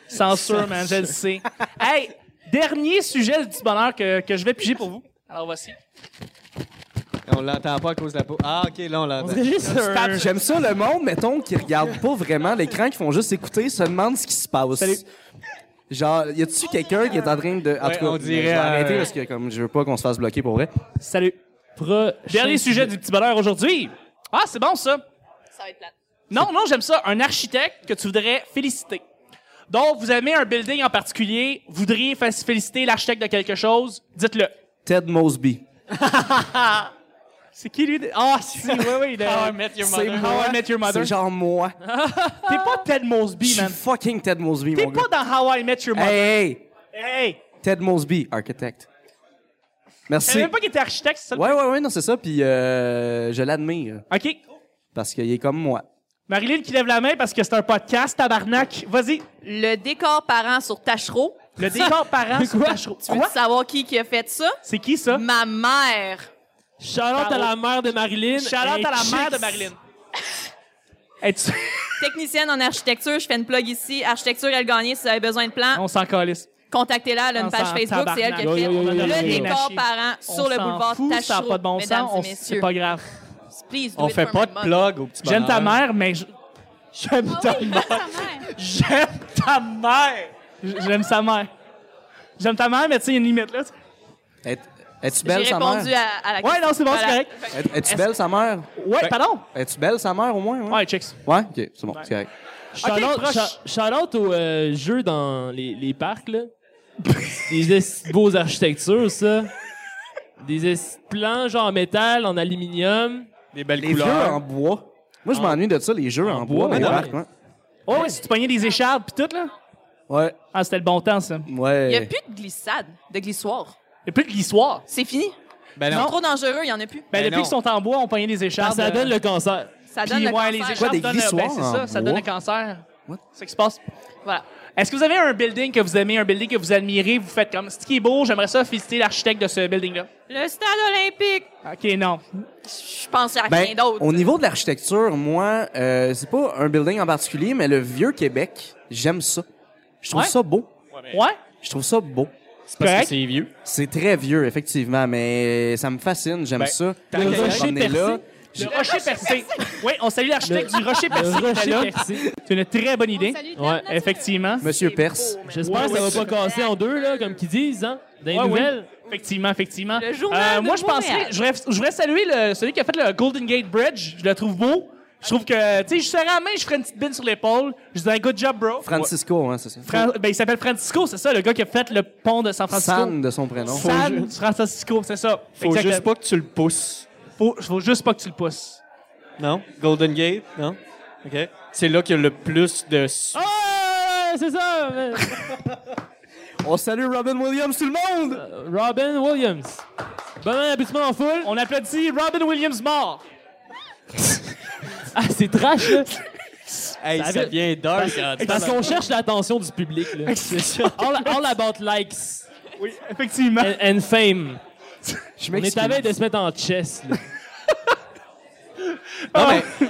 Speaker 2: censure, man, je le sais. Hey, dernier sujet du petit bonheur que, que je vais piger pour vous. Alors voici.
Speaker 1: On l'entend pas à cause de la peau. Ah, OK, là, on l'entend.
Speaker 5: C'est juste un-
Speaker 2: Stab-
Speaker 4: J'aime ça le monde, mettons, qui regarde pas vraiment l'écran, qui font juste écouter, se demandent ce qui se passe.
Speaker 2: Salut.
Speaker 4: Genre, y a-tu quelqu'un qui est en train de. En
Speaker 1: Ouais,
Speaker 4: tout cas,
Speaker 1: on
Speaker 4: je
Speaker 1: dirait,
Speaker 4: vais arrêter
Speaker 1: euh,
Speaker 4: parce que comme je veux pas qu'on se fasse bloquer pour vrai.
Speaker 2: Salut.
Speaker 5: Prochain
Speaker 2: Dernier sujet du petit bonheur aujourd'hui. Ah, c'est bon ça.
Speaker 6: Ça va être plate.
Speaker 2: Non, non, j'aime ça. Un architecte que tu voudrais féliciter. Donc, vous aimez un building en particulier, vous voudriez fé- féliciter l'architecte de quelque chose, dites-le.
Speaker 4: Ted Mosby.
Speaker 2: C'est qui lui? Ah, si, oui, oui. le-
Speaker 4: C'est
Speaker 2: How
Speaker 4: moi.
Speaker 2: I Met Your Mother.
Speaker 4: C'est genre moi.
Speaker 2: T'es pas Ted
Speaker 4: Je
Speaker 2: Mosby,
Speaker 4: suis
Speaker 2: man.
Speaker 4: fucking Ted Mosby,
Speaker 2: T'es
Speaker 4: mon gars.
Speaker 2: pas dans How I Met Your Mother.
Speaker 4: Hey, hey,
Speaker 2: Hey!
Speaker 4: Ted Mosby, architecte.
Speaker 2: Je
Speaker 4: Merci.
Speaker 2: savais même pas qu'il était architecte, c'est ça? le-
Speaker 4: Ouais, ouais, ouais, non, c'est ça. Puis euh, je l'admire
Speaker 2: OK.
Speaker 4: parce qu'il est comme moi.
Speaker 2: Marilyn qui lève la main parce que c'est un podcast, tabarnak. Vas-y.
Speaker 6: Le décor parent sur Tachereau.
Speaker 2: Le [laughs] décor parent sur
Speaker 5: Quoi?
Speaker 2: Tachereau.
Speaker 6: Tu veux
Speaker 2: Quoi?
Speaker 6: savoir qui qui a fait ça?
Speaker 2: C'est qui, ça?
Speaker 6: Ma mère.
Speaker 5: Shout-out à la mère de Marilyn.
Speaker 2: Shout-out à la mère de [laughs] Marilyn. Es-tu-
Speaker 6: Technicienne en architecture, je fais une plug ici. Architecture, elle gagne si vous avez besoin de plans.
Speaker 2: On s'en calisse.
Speaker 6: Contactez-la, elle a
Speaker 2: On
Speaker 6: une page
Speaker 2: s'en
Speaker 6: Facebook, c'est elle qui a
Speaker 5: tabarnak.
Speaker 6: fait
Speaker 5: Yo, yo, yo, yo,
Speaker 6: le
Speaker 5: yo, yo.
Speaker 6: décor parent sur
Speaker 2: On
Speaker 6: le
Speaker 2: s'en
Speaker 6: boulevard
Speaker 2: fout, Ça n'a
Speaker 6: Tachereau.
Speaker 2: pas de bon
Speaker 6: Mesdames
Speaker 2: sens.
Speaker 6: et
Speaker 2: on- C'est
Speaker 6: messieurs,
Speaker 2: pas grave.
Speaker 6: please do
Speaker 1: On
Speaker 6: it
Speaker 1: fait
Speaker 6: for
Speaker 1: pas
Speaker 6: my
Speaker 1: de
Speaker 6: mom.
Speaker 1: plug au petit
Speaker 2: J'aime ta
Speaker 1: bonheur.
Speaker 2: mère, mais je- j'aime
Speaker 3: Ah
Speaker 2: ta
Speaker 3: oui,
Speaker 2: mère.
Speaker 3: ta mère.
Speaker 2: J'aime ta mère. J- J'aime sa mère. J'aime ta mère, mais tu sais, il y a une limite, là.
Speaker 4: Est- Es-tu
Speaker 6: J'ai
Speaker 4: belle, sa
Speaker 6: répondu
Speaker 4: mère?
Speaker 6: à, à la question.
Speaker 2: Ouais, non, c'est bon, c'est
Speaker 6: Voilà.
Speaker 2: correct.
Speaker 4: Est- Es-tu belle, sa mère?
Speaker 2: Ouais, pardon?
Speaker 4: Es-tu belle, sa mère, au moins? Ouais,
Speaker 2: Ben, Ouais, chicks.
Speaker 4: ouais? ok, c'est bon, c'est correct.
Speaker 5: Shout-out
Speaker 2: proche.
Speaker 5: shout- shout-out aux euh, jeux dans les, les parcs, là. Des esti de beaux architectures, ça. Des esti de plans, genre en métal, en aluminium.
Speaker 1: Des belles
Speaker 4: Les hein. jeux en bois.
Speaker 6: Ah.
Speaker 4: Moi, je m'ennuie de ça, les jeux en, bois. hein.
Speaker 5: bois,
Speaker 4: dans les
Speaker 5: ouais.
Speaker 4: parcs,
Speaker 2: Oh, ouais, si tu pognais des écharpes pis tout, là.
Speaker 4: ouais.
Speaker 2: Ah, c'était le bon temps, ça.
Speaker 4: Ouais.
Speaker 6: Il n'y a
Speaker 4: Ouais.
Speaker 6: plus de glissade, de glissoire.
Speaker 2: Et plus de glissoire.
Speaker 6: C'est fini.
Speaker 1: Ben
Speaker 6: C'est
Speaker 1: non.
Speaker 6: trop dangereux, il n'y en a plus.
Speaker 2: Ben,
Speaker 1: Ben
Speaker 2: depuis
Speaker 1: non.
Speaker 2: qu'ils sont en bois, on pognait des
Speaker 5: Ah,
Speaker 2: écharpes.
Speaker 5: ça
Speaker 6: Ben,
Speaker 2: euh,
Speaker 5: donne le cancer.
Speaker 6: Ça
Speaker 2: Puis,
Speaker 6: donne le
Speaker 2: ouais,
Speaker 6: cancer.
Speaker 2: les écharpes
Speaker 4: Quoi, des
Speaker 2: donnent-
Speaker 4: glissoirs
Speaker 2: ben, c'est
Speaker 4: en
Speaker 2: ça, ça
Speaker 4: bois?
Speaker 2: donne le cancer.
Speaker 4: What?
Speaker 2: C'est ce qui se passe.
Speaker 6: Voilà.
Speaker 2: Est-ce que vous avez un building que vous aimez, un building que vous admirez, vous faites comme, c'est qui est beau, j'aimerais ça féliciter l'architecte de ce building-là.
Speaker 6: Le stade olympique,
Speaker 2: OK, non.
Speaker 6: je pense à rien
Speaker 4: Ben,
Speaker 6: d'autre.
Speaker 4: au niveau de l'architecture, moi, euh, c'est pas un building en particulier, mais le vieux Québec, j'aime ça. Je trouve
Speaker 2: Ouais?
Speaker 4: ça beau.
Speaker 2: Ouais?
Speaker 4: Je trouve ça beau.
Speaker 1: C'est parce
Speaker 2: correct.
Speaker 1: que c'est vieux.
Speaker 2: Ben,
Speaker 4: C'est très vieux, effectivement, mais ça me fascine, j'aime ça.
Speaker 5: le
Speaker 4: Je vais
Speaker 5: rocher
Speaker 4: m'emmener
Speaker 5: percé.
Speaker 4: là.
Speaker 2: Le rocher percé. Oui, on salue l'architecte
Speaker 5: Le-
Speaker 2: du rocher percé.
Speaker 5: Le
Speaker 2: qui était là.
Speaker 5: Euh, rocher percé.
Speaker 2: C'est une très bonne
Speaker 3: On
Speaker 2: idée.
Speaker 3: salue Dan
Speaker 5: Ouais,
Speaker 3: Nature.
Speaker 2: Effectivement.
Speaker 4: Monsieur
Speaker 6: C'est
Speaker 4: Perse.
Speaker 6: beau, man.
Speaker 5: J'espère que ça va pas casser en deux, là, comme qu'ils disent, hein? Dans les
Speaker 2: Ouais, oui.
Speaker 5: nouvelles.
Speaker 2: Effectivement, effectivement. Euh,
Speaker 6: Le journal de
Speaker 2: moi, je pensais,
Speaker 6: Montréal.
Speaker 2: je voudrais, je voudrais saluer le- celui qui a fait le Golden Gate Bridge. Je le trouve beau. Je trouve que, tu sais, je serais à la main, je ferais une petite bine sur l'épaule. Je dis un good job, bro.
Speaker 4: Francisco, hein, c'est ça.
Speaker 2: Ouais. Fran- ben, il s'appelle Francisco, c'est ça, le gars qui a fait le pont de San Francisco.
Speaker 4: San de son prénom.
Speaker 2: San Francisco, c'est ça.
Speaker 1: Faut
Speaker 2: Exactement.
Speaker 1: juste pas que tu le pousses.
Speaker 2: Faut, faut juste pas que tu le pousses.
Speaker 1: Non? Golden Gate? Non? OK. C'est là qu'il y a le plus de... s-
Speaker 5: Ah, c'est ça! mais-
Speaker 4: On salue Robin Williams, tout le monde!
Speaker 5: Robin Williams. Bon applaudissement en foule.
Speaker 2: On applaudit Robin Williams mort.
Speaker 5: Ah, c'est trash, là.
Speaker 1: Hey,
Speaker 5: Ça
Speaker 1: ça,
Speaker 5: avait-
Speaker 1: devient dark. hein, tu
Speaker 5: Parce
Speaker 1: parles-
Speaker 5: qu'on cherche l'attention du public, là. [laughs] C'est ça. All, all about likes
Speaker 2: Oui, effectivement.
Speaker 5: and, and fame.
Speaker 4: Je
Speaker 5: On est
Speaker 4: m'excuse.
Speaker 5: à veille de se mettre en chess, là.
Speaker 2: Non, mais,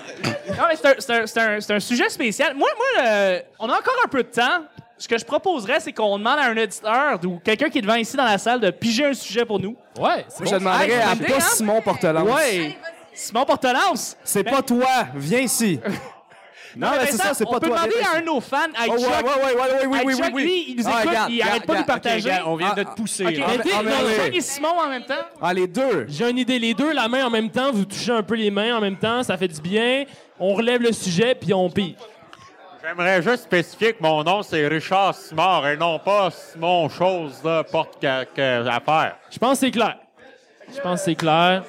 Speaker 2: non, mais c'est un- c'est un, c'est un- c'est un sujet spécial. Moi, moi euh, on a encore un peu de temps. Ce que je proposerais, c'est qu'on demande à un auditeur ou quelqu'un qui est devant ici dans la salle de piger un sujet pour nous.
Speaker 5: Ouais, c'est
Speaker 4: Je
Speaker 5: bon.
Speaker 4: demanderais
Speaker 2: Hey,
Speaker 4: à
Speaker 2: bonne idée,
Speaker 4: pas
Speaker 2: hein?
Speaker 4: Simon Portelance.
Speaker 2: Ouais. Simon Portelance.
Speaker 4: C'est pas toi,
Speaker 2: [laughs]
Speaker 4: viens ici. non, mais c'est
Speaker 2: Vincent,
Speaker 4: ça, c'est
Speaker 2: On
Speaker 4: pas
Speaker 2: peut
Speaker 4: toi.
Speaker 2: demander
Speaker 4: viens
Speaker 2: à un
Speaker 4: ici.
Speaker 2: de nos fans, à
Speaker 4: Oh, ouais,
Speaker 2: Chuck.
Speaker 4: ouais, ouais, ouais, oui,
Speaker 2: à
Speaker 4: oui, oui,
Speaker 2: Chuck,
Speaker 4: oui.
Speaker 2: lui, il nous
Speaker 4: Ah,
Speaker 2: écoute,
Speaker 4: regarde,
Speaker 2: il arrête pas
Speaker 4: regarde,
Speaker 2: de nous
Speaker 4: regarde,
Speaker 2: partager.
Speaker 1: Regarde, on vient de
Speaker 4: Ah,
Speaker 1: te
Speaker 4: ah,
Speaker 1: pousser.
Speaker 2: Ok,
Speaker 1: là.
Speaker 2: mais
Speaker 4: mais-
Speaker 2: dis-
Speaker 4: ah, mais
Speaker 2: non,
Speaker 4: oui.
Speaker 2: Chuck et Simon en même temps.
Speaker 4: Ah, les deux.
Speaker 6: Euh,
Speaker 5: J'ai une idée, les deux, la main en même temps, vous touchez un peu les mains en même temps, ça fait du bien. On relève le sujet, puis on pille.
Speaker 7: J'aimerais juste spécifier que mon nom, c'est Richard Simard et non pas Simon Chose de porte que, que affaire.
Speaker 5: Je pense que c'est clair. Je pense que c'est clair.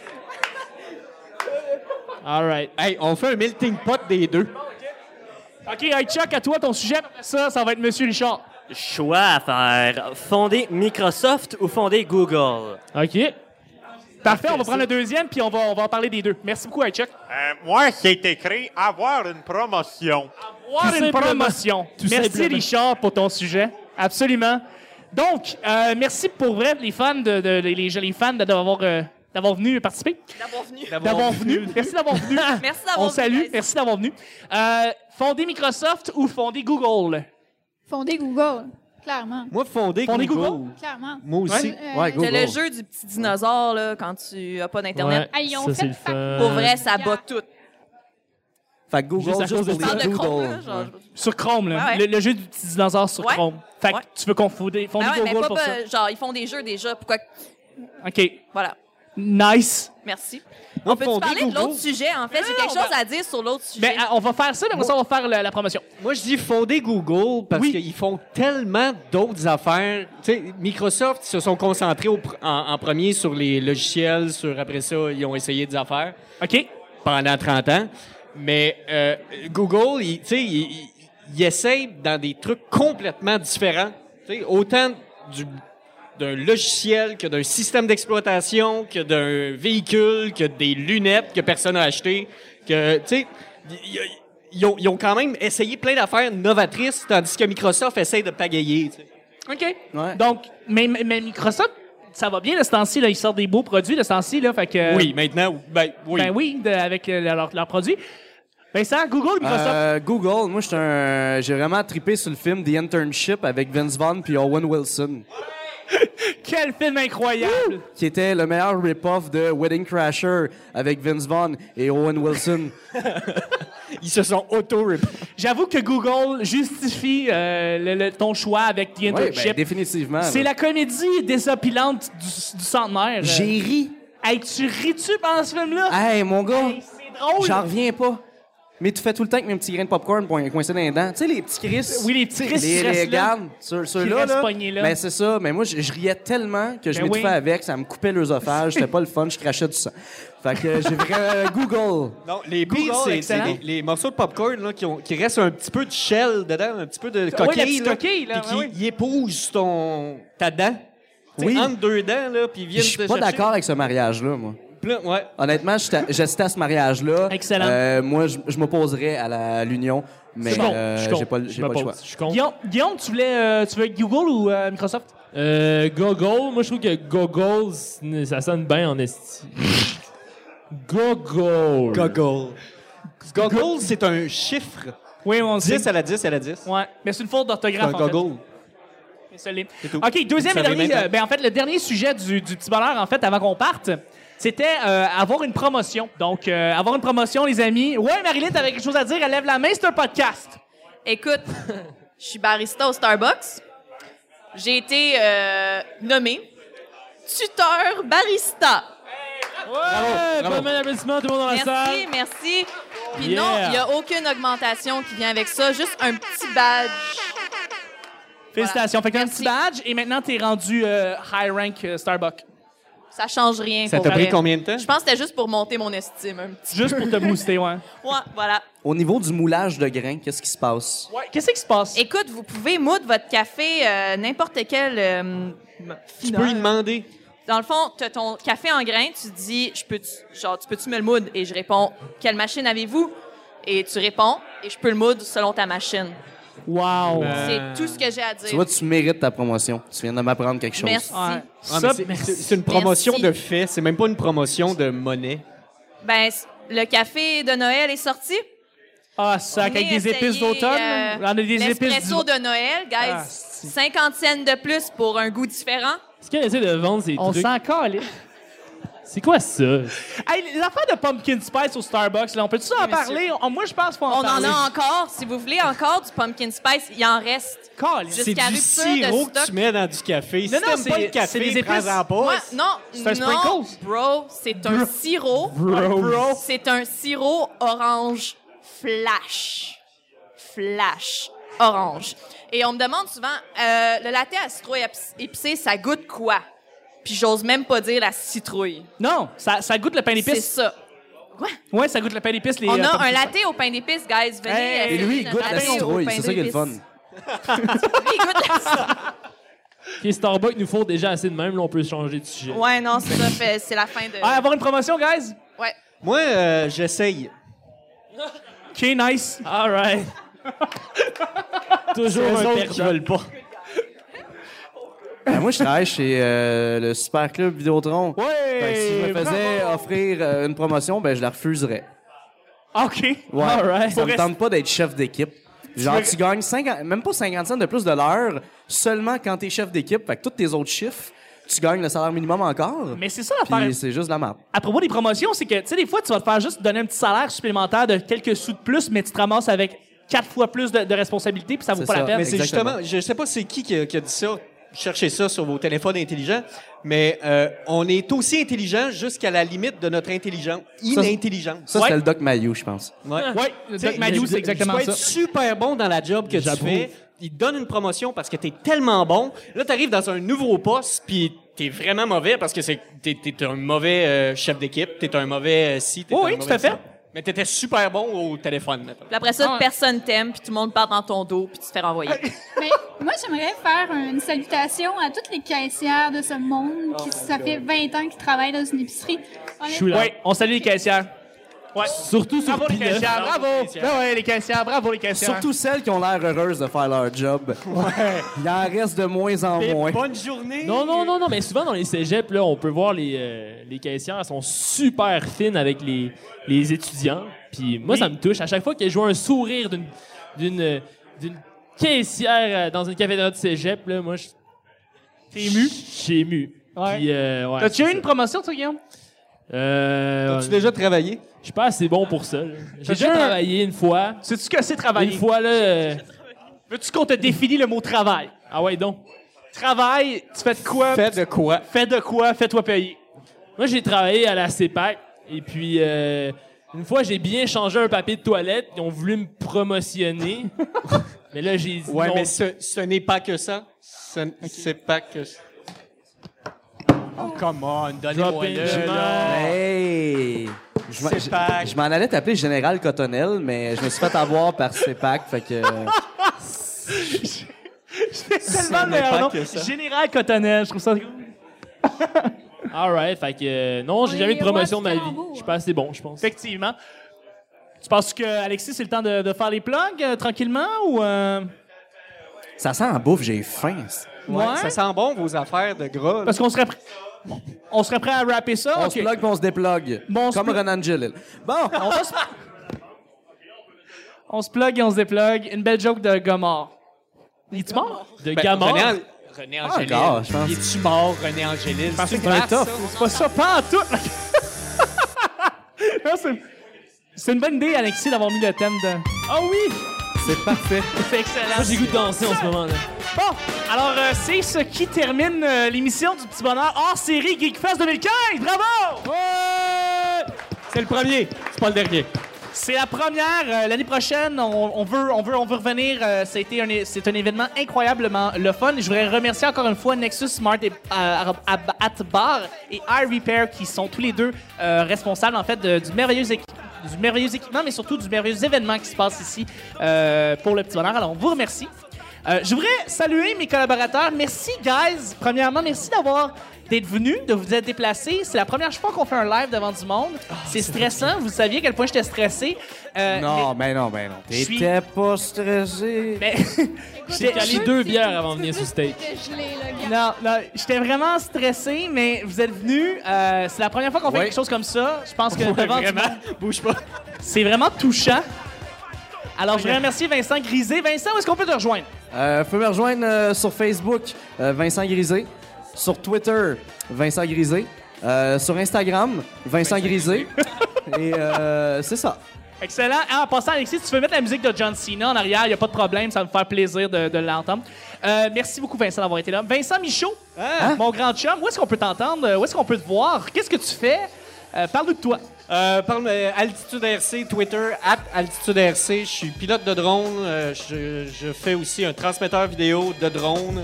Speaker 5: All right.
Speaker 1: Hey, on fait un melting pot des deux.
Speaker 2: OK, hey, Chuck, à toi ton sujet. Ça, ça va être Monsieur Richard.
Speaker 8: Choix à faire. Fonder Microsoft ou fonder Google?
Speaker 5: OK.
Speaker 2: Parfait, on va prendre le deuxième, puis on va, on va en parler des deux. Merci beaucoup, hey, Chuck.
Speaker 7: Euh, moi, c'est écrit avoir une promotion.
Speaker 2: Voir une
Speaker 5: simplement.
Speaker 2: promotion.
Speaker 5: Tout
Speaker 2: merci
Speaker 5: simplement.
Speaker 2: Richard pour ton sujet. Absolument. Donc, euh, merci pour vrai les fans de, de- les, les- les fans de- d'avoir euh, d'avoir venu participer,
Speaker 6: D'avoir venu.
Speaker 2: d'avoir venu. Merci d'avoir venu.
Speaker 6: [laughs] Merci d'avoir
Speaker 2: On
Speaker 6: venu,
Speaker 2: salue.
Speaker 6: guys.
Speaker 2: Merci d'avoir venu. Euh, fonder Microsoft ou fonder Google.
Speaker 3: Fondé Google. Clairement.
Speaker 1: Moi, fondé
Speaker 2: Fondé
Speaker 1: Google.
Speaker 2: Google?
Speaker 3: Clairement.
Speaker 1: Moi aussi.
Speaker 3: Euh,
Speaker 4: Ouais, go.
Speaker 6: C'est le jeu du petit dinosaure, là, quand tu as pas
Speaker 5: Ouais,
Speaker 6: d'Internet.
Speaker 3: Ah, ils ont
Speaker 5: ça,
Speaker 3: fait
Speaker 5: c'est le
Speaker 3: le
Speaker 5: fun.
Speaker 3: fact-
Speaker 6: Pour vrai, ça bat tout.
Speaker 4: Fait que
Speaker 5: Juste à
Speaker 4: Google,
Speaker 5: cause
Speaker 4: juste
Speaker 5: de
Speaker 4: pour les
Speaker 5: ça.
Speaker 6: Parle de Chrome, là,
Speaker 4: doodles.
Speaker 6: genre.
Speaker 2: Sur Chrome, là.
Speaker 6: Ouais, ouais.
Speaker 2: Le, le jeu du petit dinosaure sur
Speaker 6: Ouais.
Speaker 2: Chrome. Fait que
Speaker 6: Ouais.
Speaker 2: tu veux qu'on fonde fonder
Speaker 6: Ben ouais, mais
Speaker 2: Google
Speaker 6: pas,
Speaker 2: pour ça.
Speaker 6: pas- genre, ils font des jeux déjà. Pourquoi?
Speaker 2: OK.
Speaker 6: Voilà.
Speaker 2: Nice.
Speaker 6: Merci.
Speaker 1: Moi,
Speaker 6: On peut-tu
Speaker 1: fondé
Speaker 6: parler de
Speaker 1: Google. Ben,
Speaker 6: l'autre sujet, en fait? J'ai quelque chose
Speaker 2: ben-
Speaker 6: à dire sur l'autre sujet.
Speaker 2: Mais
Speaker 5: ah,
Speaker 2: euh, on va faire ça, mais après ça, on va faire la, la promotion.
Speaker 1: Moi, je dis fonder Google parce
Speaker 2: Oui.
Speaker 1: qu'ils font tellement d'autres affaires. Tu sais, Microsoft ils se sont concentrés au pr- en, en premier sur les logiciels, sur après ça, ils ont essayé des affaires
Speaker 2: OK?
Speaker 1: pendant 30 ans. Mais euh, Google, ils- tu sais, ils ils- ils essayent dans des trucs complètement différents. Tu sais, autant du d'un logiciel, que d'un système d'exploitation, que d'un véhicule, que des lunettes que personne n'a acheté, que tu sais, y- y- ils ont, ils ont quand même essayé plein d'affaires novatrices, tandis que Microsoft essaie de pagayer. tu sais.
Speaker 2: OK.
Speaker 4: Ouais.
Speaker 2: Donc, mais, mais- mais Microsoft, ça va bien de ce temps-ci. Là, ils sortent des beaux produits de ce temps-ci. Là, fait que,
Speaker 1: oui, maintenant, ben oui.
Speaker 2: Ben oui, de- avec euh, leurs leurs produits. Vincent, Google, Microsoft.
Speaker 4: Euh, Google, moi, j'étais un- j'ai vraiment trippé sur le film The Internship avec Vince Vaughn puis Owen Wilson,
Speaker 2: Quel film incroyable!
Speaker 4: qui était le meilleur rip-off de Wedding Crasher avec Vince Vaughn et
Speaker 2: [laughs]
Speaker 4: Owen Wilson.
Speaker 1: Ils se sont auto-rip.
Speaker 2: J'avoue que Google justifie euh, le- le- ton choix avec The
Speaker 4: oui,
Speaker 2: Internship.
Speaker 4: ben, définitivement.
Speaker 2: C'est
Speaker 4: là.
Speaker 2: la comédie désopilante du, du centenaire. Euh,
Speaker 4: J'ai ri.
Speaker 2: Hey, tu ris-tu pendant ce film-là?
Speaker 4: Hey, mon gars,
Speaker 2: Hey, c'est drôle!
Speaker 4: j'en reviens pas. Mais tu fais tout le temps avec mes petits grains de popcorn pour coincer dans les dents. Tu sais, les petits Chris.
Speaker 2: [laughs] Oui, les petits Chris, ils
Speaker 4: Les, les
Speaker 2: restent là.
Speaker 4: gardes, ceux- ceux-là.
Speaker 2: restent
Speaker 4: là,
Speaker 2: pognés là.
Speaker 4: Ben, c'est ça. Mais moi, je, je riais tellement que je
Speaker 2: Ben
Speaker 4: m'étouffais
Speaker 2: oui.
Speaker 4: avec. Ça me coupait l'œsophage. C'était pas le fun. Je crachais du sang. Fait que euh, j'ai vraiment. Google.
Speaker 1: Non, les pires,
Speaker 2: Google,
Speaker 1: c'est- c'est
Speaker 2: excellent.
Speaker 1: les, les morceaux de popcorn là, qui, ont, qui restent un petit peu de shell dedans, un petit peu de
Speaker 2: la
Speaker 1: coquille.
Speaker 2: petite coquille, là,
Speaker 1: puis qui
Speaker 2: ouais, ouais.
Speaker 1: ils épousent ton, ta dent. Tu sais,
Speaker 4: Oui.
Speaker 1: Entre deux dents, là, puis ils
Speaker 4: Je
Speaker 1: viennent
Speaker 4: suis
Speaker 1: te
Speaker 4: pas
Speaker 1: chercher.
Speaker 4: d'accord avec ce mariage-là, moi.
Speaker 1: Puis là, Ouais.
Speaker 4: Honnêtement, j'étais j'étais à ce mariage-là.
Speaker 2: Excellent.
Speaker 4: Euh, moi, je, je m'opposerais à la- à l'union, mais
Speaker 2: suis contre,
Speaker 4: euh,
Speaker 5: Je suis
Speaker 4: j'ai
Speaker 5: contre.
Speaker 4: pas, le-
Speaker 5: Je
Speaker 4: j'ai pas le
Speaker 5: m'oppose.
Speaker 4: choix.
Speaker 5: Je suis contre.
Speaker 2: Guillaume, Guillaume, tu voulais, euh, tu veux être Google ou euh, Microsoft?
Speaker 5: Euh, Gogol, moi je trouve que Gogol, c'est- ça sonne bien en esti. Gogol.
Speaker 1: Google. Google, c'est un chiffre.
Speaker 2: Oui, on
Speaker 1: 10 à la 10 à la 10.
Speaker 2: Ouais, mais c'est une faute
Speaker 1: C'est un
Speaker 2: d'orthographe. en fait.
Speaker 1: Google.
Speaker 2: Mais ça l'est.
Speaker 1: C'est tout.
Speaker 2: OK, deuxième
Speaker 1: Vous
Speaker 2: et
Speaker 1: savez
Speaker 2: dernier.
Speaker 1: maintenant.
Speaker 2: euh, ben, en fait, le dernier sujet du, du petit bonheur, en fait, avant qu'on parte, C'était euh, avoir une promotion. Donc, euh, avoir une promotion, les amis. Ouais, Marilyn, t'avais quelque chose à dire? Elle lève la main, c'est un podcast.
Speaker 1: [laughs]
Speaker 6: Écoute, je suis barista au Starbucks. J'ai été euh, nommée tuteur barista.
Speaker 5: Ouais, Pas mal d'applaudissements, tout le monde dans la salle.
Speaker 6: Merci, merci. Puis
Speaker 5: Yeah.
Speaker 6: non, il n'y a aucune augmentation qui vient avec ça, juste un petit badge.
Speaker 2: Félicitations. Fait que t'as un
Speaker 6: Merci.
Speaker 2: petit badge et maintenant, t'es rendu euh, high rank euh, Starbucks.
Speaker 6: Ça change rien.
Speaker 1: Ça
Speaker 6: pour
Speaker 1: t'a pris
Speaker 6: vrai.
Speaker 1: combien de temps?
Speaker 6: Je pense que c'était juste pour monter mon estime un petit
Speaker 2: Juste pour te
Speaker 1: [laughs]
Speaker 2: booster, ouais.
Speaker 6: peu. Ouais, voilà.
Speaker 4: Au niveau du moulage de grains, qu'est-ce qui se passe?
Speaker 2: Ouais, qu'est-ce qui se passe?
Speaker 6: Écoute, vous pouvez moudre votre café euh, n'importe quel. euh,
Speaker 1: Tu peux lui demander.
Speaker 6: dans le fond, t'as ton café en grain, tu dis, je peux, genre, tu peux-tu me le moudre? Et je réponds, quelle machine avez-vous? Et tu réponds, et je peux le moudre selon ta machine.
Speaker 2: Wow.
Speaker 1: Euh,
Speaker 6: C'est tout ce que j'ai à dire.
Speaker 4: Tu vois, tu mérites ta promotion. Tu viens de m'apprendre quelque chose.
Speaker 6: Merci.
Speaker 2: Ouais.
Speaker 1: Ah,
Speaker 2: Ça,
Speaker 1: mais c'est- c'est c'est une promotion
Speaker 6: Merci.
Speaker 1: de fait, c'est même pas une promotion de monnaie.
Speaker 6: Ben, c- le café de Noël est sorti.
Speaker 2: Ah, sac, avec des épices d'automne. On a des épices
Speaker 6: euh, L'espresso de Noël, guys.
Speaker 2: Ah, si.
Speaker 6: 50 cents de plus pour un goût différent.
Speaker 5: Est-ce qu'elle essaie de vendre ses
Speaker 2: On
Speaker 5: trucs?
Speaker 2: s'en calait.
Speaker 5: C'est quoi ça?
Speaker 2: Hey, les affaires de pumpkin spice au Starbucks, là, on peut-tu en
Speaker 6: Oui, monsieur.
Speaker 2: parler? On- moi, je pense qu'on
Speaker 6: On en a encore. Si vous voulez encore du pumpkin spice, il en reste.
Speaker 2: Calais.
Speaker 6: Juste-
Speaker 1: C'est
Speaker 6: Jusqu'à
Speaker 1: du
Speaker 6: rupture
Speaker 1: sirop
Speaker 6: de
Speaker 1: que tu
Speaker 6: stock.
Speaker 1: mets dans du café. Si
Speaker 2: non,
Speaker 1: t'aimes
Speaker 2: c'est-
Speaker 1: pas le
Speaker 2: c'est des
Speaker 1: café,
Speaker 2: épices.
Speaker 1: prends-en pas.
Speaker 6: Moi, non,
Speaker 2: C'est un
Speaker 6: non,
Speaker 2: sprinkles?
Speaker 6: bro, c'est un sirop.
Speaker 2: Bro.
Speaker 6: C'est un sirop orange flash. Flash orange. Et on me demande souvent, euh, le latte à citrouille épic- épicée, ça goûte quoi? Puis j'ose même pas dire la citrouille.
Speaker 2: Non, ça, ça goûte le pain
Speaker 6: C'est
Speaker 2: d'épices.
Speaker 6: ça.
Speaker 2: Ouais, ça goûte le pain d'épices. Les,
Speaker 6: On
Speaker 2: euh,
Speaker 6: a
Speaker 2: pumpkin
Speaker 6: un
Speaker 2: spice.
Speaker 6: latte au pain d'épices, guys. Venez.
Speaker 2: Hey,
Speaker 6: essayer
Speaker 4: Et lui, il
Speaker 6: notre
Speaker 4: goûte la
Speaker 6: latte au
Speaker 4: citrouille.
Speaker 6: pain
Speaker 4: C'est ça qui est le fun.
Speaker 6: d'épices. Lui, il goûte la citrouille.
Speaker 5: Ok, Starbucks nous faut déjà assez de même, là, on peut changer de sujet.
Speaker 6: Ouais, non, c'est ça. fait- C'est la fin de.
Speaker 2: Ah, avoir une promotion, guys?
Speaker 6: Ouais.
Speaker 1: Moi, euh, j'essaye.
Speaker 2: OK, nice. All right.
Speaker 5: Toujours un
Speaker 1: autres qui
Speaker 5: perdant.
Speaker 1: veulent pas.
Speaker 4: Ben, moi, je travaille chez euh, le Super Club Vidéotron.
Speaker 2: Ouais.
Speaker 4: Fait que si je me faisais
Speaker 2: bravo.
Speaker 4: offrir euh, une promotion, ben je la refuserais.
Speaker 2: OK.
Speaker 4: Ouais.
Speaker 2: All right. Faut
Speaker 4: Ça me
Speaker 2: rester-
Speaker 4: tente pas d'être chef d'équipe. Genre, tu gagnes 50 même pas 50 cents de plus de l'heure seulement quand t'es chef d'équipe. Fait que tous tes autres chiffres, tu gagnes le salaire minimum encore.
Speaker 2: Mais c'est ça l'affaire.
Speaker 4: Puis c'est juste de la map.
Speaker 2: À propos des promotions, c'est que, tu sais, des fois, tu vas te faire juste donner un petit salaire supplémentaire de quelques sous de plus, mais tu te ramasses avec quatre fois plus de, de responsabilités, puis ça vaut
Speaker 4: C'est
Speaker 2: pas la
Speaker 4: ça.
Speaker 2: peine.
Speaker 4: Mais
Speaker 1: Mais c'est
Speaker 4: Exactement.
Speaker 1: justement, je sais pas c'est qui qui a, qui a dit ça. Cherchez ça sur vos téléphones intelligents, mais euh, on est aussi intelligent jusqu'à la limite de notre intelligence, inintelligence.
Speaker 4: Ça,
Speaker 2: Ouais.
Speaker 4: c'était le Doc Mayou, je pense.
Speaker 2: Ouais, le
Speaker 1: T'sais,
Speaker 2: Doc Madou,
Speaker 1: tu-
Speaker 2: c'est exactement
Speaker 1: Tu peux
Speaker 2: ça.
Speaker 1: être super bon dans la job que tu
Speaker 5: J'approuve.
Speaker 1: fais. Ils te donnent une promotion parce que t'es tellement bon. Là, t'arrives dans un nouveau poste, puis t'es vraiment mauvais parce que c'est t'es, t'es un mauvais euh, chef d'équipe, t'es un mauvais euh, ci, t'es
Speaker 2: Oui,
Speaker 1: un
Speaker 2: oui,
Speaker 1: mauvais
Speaker 2: tout à fait.
Speaker 1: ça. Mais t'étais super bon au téléphone. mettons.
Speaker 6: Puis après ça,
Speaker 2: Ouais.
Speaker 6: personne t'aime, puis tout le monde part dans ton dos, puis tu te fais renvoyer.
Speaker 3: Mais moi, j'aimerais faire une salutation à toutes les caissières de ce
Speaker 5: Oh
Speaker 3: monde qui, ça fait 20 ans qu'ils travaillent dans une épicerie. Honnêtement,
Speaker 5: Chou là.
Speaker 2: Ouais, on salue les caissières. Ouais.
Speaker 5: Surtout sur
Speaker 2: Bravo les
Speaker 5: Pinot.
Speaker 2: caissières, bravo! Ben ouais, les caissières, bravo les caissières.
Speaker 4: Surtout celles qui ont l'air heureuses de faire leur job. Il en reste de moins en moins.
Speaker 1: Bonne journée.
Speaker 5: Non, non, non, non, mais souvent dans les cégeps, là, on peut voir les, euh, les caissières, elles sont super fines avec les, les étudiants. Puis moi, ça me touche. À chaque fois que je vois un sourire d'une, d'une, d'une caissière euh, dans une cafétéria de cégep, là, moi, je.
Speaker 2: T'es ému?
Speaker 5: J'ai ému.
Speaker 2: Ouais.
Speaker 5: Puis, euh, ouais,
Speaker 2: T'as-tu
Speaker 5: c'est
Speaker 2: eu une
Speaker 5: ça.
Speaker 2: promotion, toi, Guillaume?
Speaker 5: Euh,
Speaker 1: As-tu déjà travaillé?
Speaker 5: Je suis pas assez bon pour ça. là. J'ai
Speaker 2: T'as-tu un-
Speaker 5: déjà travaillé une fois.
Speaker 2: Sais-tu ce que c'est travailler?
Speaker 5: Une fois, là. euh,
Speaker 2: Veux-tu qu'on te définisse le mot travail?
Speaker 5: Ah ouais, donc.
Speaker 2: Travail, tu fais de quoi?
Speaker 1: Fait de quoi?
Speaker 2: Fais de quoi? Fais-toi payer.
Speaker 5: Moi, j'ai travaillé à la CEPAC. Et puis, euh, une fois, j'ai bien changé un papier de toilette. Ils ont voulu me promotionner.
Speaker 1: [laughs]
Speaker 5: mais là, j'ai dit
Speaker 1: Ouais,
Speaker 5: non.
Speaker 1: mais ce, ce n'est pas que ça. Ce n- C'est pas que ça. Oh, come on,
Speaker 5: Drop
Speaker 1: donnez-moi
Speaker 5: in
Speaker 1: le.
Speaker 5: Jimmer.
Speaker 4: Hey! Je m'en-
Speaker 1: C'est
Speaker 4: je-
Speaker 1: pas-
Speaker 4: je m'en allais t'appeler Général Cotonnel, mais je me suis fait avoir par CEPAC, fait que... euh,
Speaker 2: Tellement le
Speaker 1: n'est
Speaker 2: meilleur
Speaker 1: pas
Speaker 2: nom.
Speaker 1: que ça.
Speaker 2: Général Cotonnel, je trouve ça.
Speaker 5: All right. Fait que euh, non, j'ai
Speaker 3: Oui,
Speaker 5: jamais eu de promotion de ma
Speaker 3: ouais,
Speaker 5: vie.
Speaker 3: c'est Carambeau,
Speaker 5: Je suis pas assez bon, je pense.
Speaker 2: Effectivement. Tu penses que, Alexis, c'est le temps de, de faire les plugs euh, tranquillement ou. euh,
Speaker 4: Ça sent en bouffe, j'ai faim. c'est-
Speaker 1: Ouais,
Speaker 2: Ouais.
Speaker 1: Ça sent bon, vos affaires de gras. là.
Speaker 2: Parce qu'on serait prêt. On serait prêt à rapper ça?
Speaker 4: On
Speaker 2: Ok.
Speaker 4: se plug puis on se déplogue.
Speaker 2: Bon, on se
Speaker 4: Comme
Speaker 2: plug-
Speaker 4: Renan Gélil. Bon,
Speaker 2: On va se. [laughs] On se plug et on se déplugue. Une belle joke de Gomard. Es-tu mort?
Speaker 5: De
Speaker 1: Ben,
Speaker 5: gamin.
Speaker 1: René, Ang- René Angélil.
Speaker 4: encore, Ah, je pense.
Speaker 1: Il est-tu mort, René Angélil?
Speaker 2: Je pensais
Speaker 1: C'est
Speaker 2: que t'avais
Speaker 1: une farce,
Speaker 2: tough.
Speaker 1: ça?
Speaker 2: C'est pas ça, pas en tout. [laughs] C'est une bonne idée, Alexis, d'avoir mis le thème de. Oh oui!
Speaker 4: C'est parfait.
Speaker 2: C'est excellent.
Speaker 5: Ah Moi, j'ai goût de danser en ce moment. là.
Speaker 2: Bon, alors euh, c'est ce qui termine euh, l'émission du Petit Bonheur hors série GeekFest 2015. Bravo!
Speaker 1: C'est le premier, c'est pas le dernier.
Speaker 2: C'est la première. euh, L'année prochaine, on, on veut, on, veut, on veut revenir. euh, ça a été un é- C'est un, événement incroyablement le fun. Je voudrais remercier encore une fois Nexus Smart et, euh, Arab- Ab- at Bar et iRepair qui sont tous les deux euh, responsables en fait de- du merveilleux équi- du merveilleux équipement, mais surtout du merveilleux événement qui se passe ici euh, pour le petit bonheur. Alors, on vous remercie. Euh, je voudrais saluer mes collaborateurs. Merci, guys. Premièrement, merci d'avoir d'être venus, de vous être déplacés. C'est la première fois qu'on fait un live devant du monde. c'est stressant. Vous saviez à quel point j'étais stressé. Euh,
Speaker 4: Non, ben non, ben non.
Speaker 2: Je suis-
Speaker 4: T'étais pas stressé.
Speaker 1: Ben-
Speaker 2: Mais, mais [laughs]
Speaker 5: J'ai calé
Speaker 3: Je-
Speaker 5: deux
Speaker 3: tu-
Speaker 5: bières avant de
Speaker 3: tu
Speaker 5: venir
Speaker 3: veux
Speaker 5: sur stage.
Speaker 3: juste que je l'ai, le gars.
Speaker 2: non, non, j'étais vraiment stressé, mais vous êtes venus. Euh, c'est la première fois qu'on fait
Speaker 4: Ouais.
Speaker 2: quelque chose comme ça. Je pense que devant du monde,
Speaker 1: Bouge pas.
Speaker 2: c'est vraiment touchant. Alors, je voudrais remercier Vincent Grisé. Vincent, où est-ce qu'on peut te rejoindre?
Speaker 4: Euh, vous pouvez me rejoindre euh, sur Facebook, euh, Vincent Grisé. Sur Twitter, Vincent Grisé. Euh, sur Instagram, Vincent Grisé. [laughs] Et euh, c'est ça.
Speaker 2: Excellent. Ah, en passant, Alexis, si tu veux mettre la musique de John Cena en arrière, il n'y a pas de problème, ça va me faire plaisir de, de l'entendre. Euh, merci beaucoup, Vincent, d'avoir été là. Vincent Michaud,
Speaker 5: Ah.
Speaker 2: hein, mon grand chum, où est-ce qu'on peut t'entendre? Euh, Où est-ce qu'on peut te voir? Qu'est-ce que tu fais? Euh, Parle-nous de toi.
Speaker 1: Euh, parle, euh, Altitude RC, Twitter, at Altitude RC. Je suis pilote de drone. euh, je, je fais aussi un transmetteur vidéo de drone.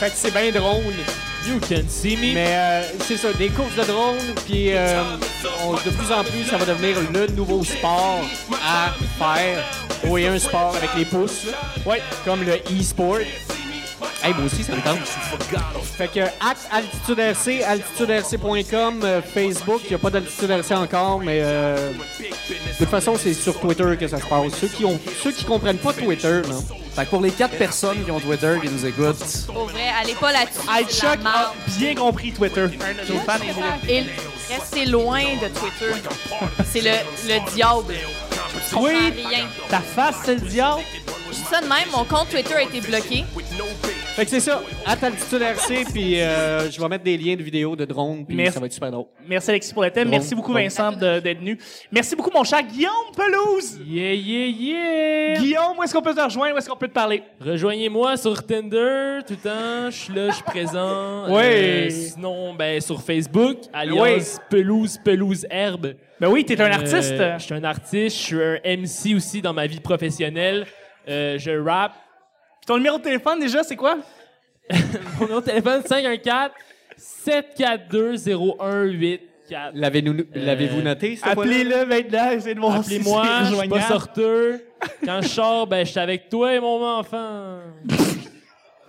Speaker 1: Fait que c'est bien drone.
Speaker 5: You can see me.
Speaker 1: Mais euh, c'est ça, des courses de drone. Puis euh, on- de plus en plus, ça va devenir le nouveau sport à faire. Oh, et un sport avec les pouces. Ouais. Comme le e-sport. Hey, moi aussi, ça me tente. Fait que at altitude RC, altituderc.com, euh, Facebook, il n'y a pas d'altitude RC encore, mais euh, de toute façon, c'est sur Twitter que ça se passe. Ceux qui ont, ceux qui comprennent pas Twitter, non.
Speaker 4: Fait que pour les quatre personnes qui ont Twitter qui nous écoutent,
Speaker 6: Au vrai, allez pas là-dessus. c'est la
Speaker 2: Headshot a
Speaker 6: marde.
Speaker 2: bien compris Twitter. ah.
Speaker 6: Et restez loin de Twitter. C'est le, le diable. Je comprends
Speaker 2: Oui.
Speaker 6: rien.
Speaker 2: Ta face, c'est le diable.
Speaker 6: Je dis ça de même, mon compte Twitter a été bloqué.
Speaker 1: Fait que c'est ça, at altitude RC, puis euh, je vais mettre des liens de vidéos de drones, puis
Speaker 2: Merci.
Speaker 1: ça va être super drôle.
Speaker 2: Merci, Alexis, pour le thème. Merci beaucoup, Vincent, de- d'être venu. Merci beaucoup, mon cher Guillaume Pelouse.
Speaker 5: Yeah, yeah, yeah!
Speaker 2: Guillaume, où est-ce qu'on peut te rejoindre? Où est-ce qu'on peut te parler?
Speaker 5: Rejoignez-moi sur Tinder tout le temps. Je suis là, je suis présent.
Speaker 2: Ouais.
Speaker 5: sinon, ben, sur Facebook, alias
Speaker 2: Ouais.
Speaker 5: Pelouse, Pelouse Herbe.
Speaker 2: Ben oui, t'es un artiste.
Speaker 5: Euh, je suis un artiste, je suis un MC aussi dans ma vie professionnelle. Euh, je rappe.
Speaker 2: Puis ton numéro de téléphone, déjà, c'est quoi?
Speaker 5: Mon numéro de téléphone 514 742 0184.
Speaker 1: L'avez-nous- L'avez-vous
Speaker 5: Euh,
Speaker 1: noté, cette fois-là?
Speaker 2: Appelez-le maintenant, essayez de voir si
Speaker 5: Appelez-moi,
Speaker 2: Ah, c'est
Speaker 5: je suis pas
Speaker 2: joignable.
Speaker 5: sorteux. Quand je sors, ben, je suis avec toi et mon enfant.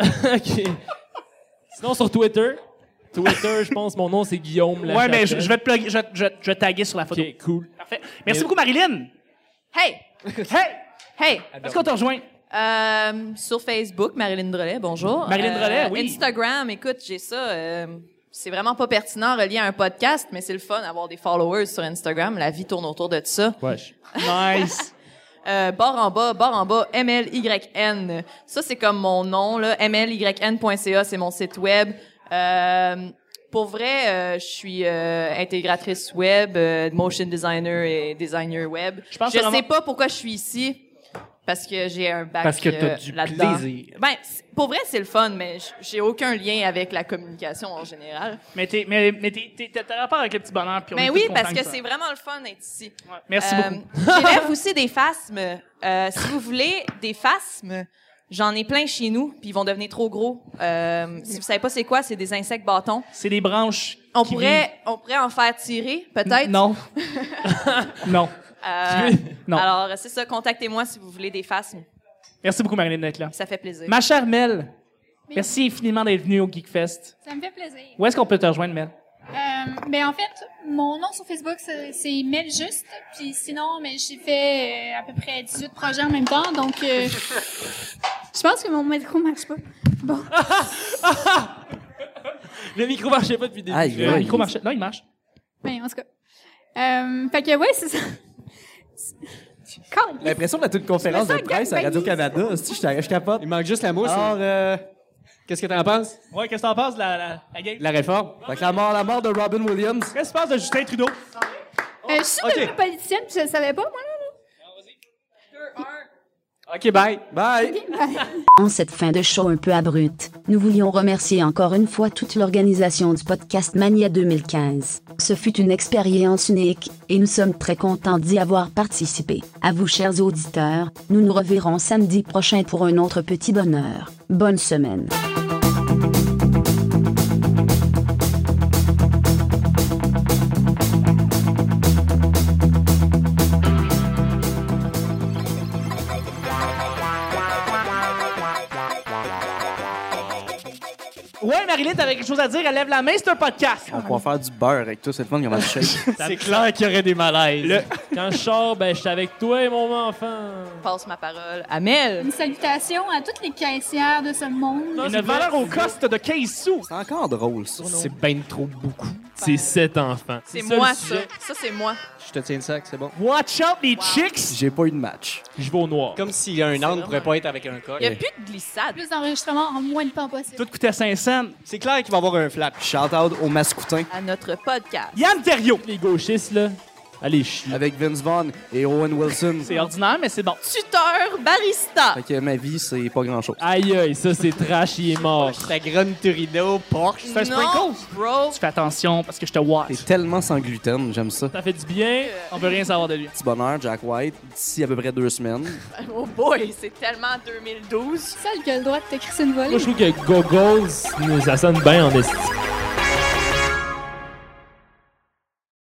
Speaker 5: OK. Sinon, sur Twitter. Twitter, je pense, mon nom, c'est Guillaume.
Speaker 2: Ouais, mais je,
Speaker 5: Lachapelle.
Speaker 2: je vais te plugger- je, vais te- je vais te- je vais te taguer sur la photo.
Speaker 5: OK, cool.
Speaker 2: Parfait. Merci
Speaker 5: Mais-
Speaker 2: beaucoup, Marilyn.
Speaker 6: Hey!
Speaker 2: Hey!
Speaker 6: Hey!
Speaker 2: Est-ce qu'on te rejoint?
Speaker 6: Euh, sur Facebook, Marilyn Drolet, bonjour. Euh,
Speaker 2: Marilyn Drolet, oui.
Speaker 6: Instagram, écoute, j'ai ça. euh, c'est vraiment pas pertinent relié à un podcast, mais c'est le fun d'avoir des followers sur Instagram. La vie tourne autour de ça.
Speaker 5: Wesh.
Speaker 2: Nice.
Speaker 6: Euh, barre en bas, barre en bas, MLYN. Ça, c'est comme mon nom, là. MLYN.ca, c'est mon site web. Euh, pour vrai, euh, je suis euh, intégratrice web, euh, motion designer et designer web. Je,
Speaker 2: pense
Speaker 6: je
Speaker 2: vraiment-
Speaker 6: sais pas pourquoi je suis ici. Parce que j'ai un bac
Speaker 1: Parce que t'as
Speaker 6: euh,
Speaker 1: du
Speaker 6: là-dedans.
Speaker 1: plaisir.
Speaker 6: Ben, c'est- pour vrai, c'est le fun, mais j- j'ai aucun lien avec la communication en général.
Speaker 2: [laughs] mais t'es, mais, mais t'es, t'es, t'as- t'as rapport avec le petit bonheur. Puis on
Speaker 6: Mais
Speaker 2: est
Speaker 6: Ben oui,
Speaker 2: tous
Speaker 6: parce
Speaker 2: contents
Speaker 6: que
Speaker 2: de ça.
Speaker 6: c'est vraiment le fun d'être ici.
Speaker 2: Ouais. Merci
Speaker 6: Euh,
Speaker 2: beaucoup.
Speaker 6: [laughs] J'élève aussi des phasmes. Euh, si vous voulez des phasmes, j'en ai plein chez nous, puis ils vont devenir trop gros. Euh, si vous savez pas c'est quoi, c'est des insectes bâtons.
Speaker 2: C'est des branches.
Speaker 6: On
Speaker 2: qui
Speaker 6: pourrait, on pourrait en faire tirer, peut-être.
Speaker 2: vivent. Non.
Speaker 5: [laughs]
Speaker 2: non.
Speaker 6: Euh,
Speaker 2: [laughs] Non.
Speaker 6: Alors, c'est ça. Contactez-moi si vous voulez des phasmes.
Speaker 2: Merci beaucoup, Marilyn, d'être là.
Speaker 6: Ça fait plaisir.
Speaker 2: Ma chère Mel, merci infiniment d'être venue au Geekfest.
Speaker 3: Ça me fait plaisir.
Speaker 2: Où est-ce qu'on peut te rejoindre, Mel?
Speaker 3: Euh, ben en fait, mon nom sur Facebook, c'est c'est Mel Juste. Puis sinon, mais j'ai fait euh, à peu près 18 projets en même temps. Donc,
Speaker 5: [laughs]
Speaker 3: euh, je pense que mon micro marche pas. Bon.
Speaker 5: Le micro marchait pas depuis le début.
Speaker 4: Aïe,
Speaker 5: Je-
Speaker 2: Le
Speaker 4: aïe.
Speaker 2: micro marche. Non, il marche.
Speaker 3: Ben, en tout cas. Euh, fait que, ouais, c'est ça. Cool.
Speaker 4: l'impression de la toute conférence
Speaker 3: Je
Speaker 4: de
Speaker 3: me sens
Speaker 4: presse à
Speaker 3: gangbangée.
Speaker 4: Radio-Canada, si je, je capote.
Speaker 1: Il manque juste la mousse.
Speaker 4: Alors,
Speaker 1: hein.
Speaker 4: euh,
Speaker 1: Qu'est-ce que t'en penses?
Speaker 2: Ouais, qu'est-ce que t'en penses, la, la, la game?
Speaker 1: La réforme?
Speaker 4: fait que la mort, la mort de Robin Williams.
Speaker 2: Qu'est-ce qui se passe de Justin Trudeau?
Speaker 3: Euh, je suis devenue politicienne, puis je le savais pas, moi.
Speaker 1: OK, bye.
Speaker 4: Bye!
Speaker 9: En cette fin de show un peu abrupte, nous voulions remercier encore une fois toute l'organisation du podcast Mania 2015. Ce fut une expérience unique, et nous sommes très contents d'y avoir participé. À vous, chers auditeurs, nous nous reverrons samedi prochain pour un autre petit bonheur. Bonne semaine.
Speaker 2: Ouais, Marilyn, t'avais quelque chose à dire? Elle lève la main, c'est un
Speaker 5: Ah,
Speaker 2: podcast.
Speaker 4: On pourra faire du beurre avec tout, c'est le fun [laughs] comme un shake.
Speaker 1: C'est clair qu'il y aurait des malaises.
Speaker 5: Quand je sors, ben, je suis avec toi, mon enfant.
Speaker 6: passe ma parole à Mel.
Speaker 3: [laughs] Une salutation à toutes les caissières de ce monde.
Speaker 2: Une valeur au coste de 15 sous.
Speaker 4: C'est encore drôle, ça.
Speaker 1: C'est ben trop beaucoup.
Speaker 5: C'est sept enfants.
Speaker 6: C'est
Speaker 5: le
Speaker 6: moi, ça.
Speaker 5: sujet.
Speaker 6: Ça, c'est moi.
Speaker 1: Je te tiens le sac, c'est bon.
Speaker 2: Watch out, les chicks!
Speaker 4: J'ai pas eu de match.
Speaker 5: Je vais au noir.
Speaker 1: Comme si un âne pourrait pas être avec un coq.
Speaker 6: Il
Speaker 2: Euh.
Speaker 6: n'y a plus de glissade.
Speaker 3: Plus d'enregistrements en moins de temps possible.
Speaker 2: Tout coûtait 500.
Speaker 1: C'est clair qu'il va avoir un flap.
Speaker 4: Shout out au Mascoutin
Speaker 6: À notre podcast.
Speaker 2: Yann Terriot.
Speaker 5: Les gauchistes, là, allez chier.
Speaker 4: avec Vince Vaughn et Owen Wilson.
Speaker 2: C'est ordinaire, mais c'est bon.
Speaker 6: Tuteur barista.
Speaker 4: Fait que ma vie, c'est pas grand chose.
Speaker 5: Aïe, aïe, ça, c'est trash, il est mort.
Speaker 1: Ta grande Turino, Porsche.
Speaker 2: un
Speaker 6: non,
Speaker 2: sprinkle?
Speaker 6: bro.
Speaker 2: Tu fais attention parce que je te watch.
Speaker 4: C'est tellement sans gluten, j'aime ça.
Speaker 5: Ça fait du bien.
Speaker 2: On veut rien savoir de lui.
Speaker 4: Petit bonheur, Jack White, d'ici à peu près deux semaines.
Speaker 6: Oh boy, c'est tellement 2012.
Speaker 3: Seul qui a le droit de te crisser une volée.
Speaker 5: Moi, je trouve que Goggles, ça sonne bien en estime.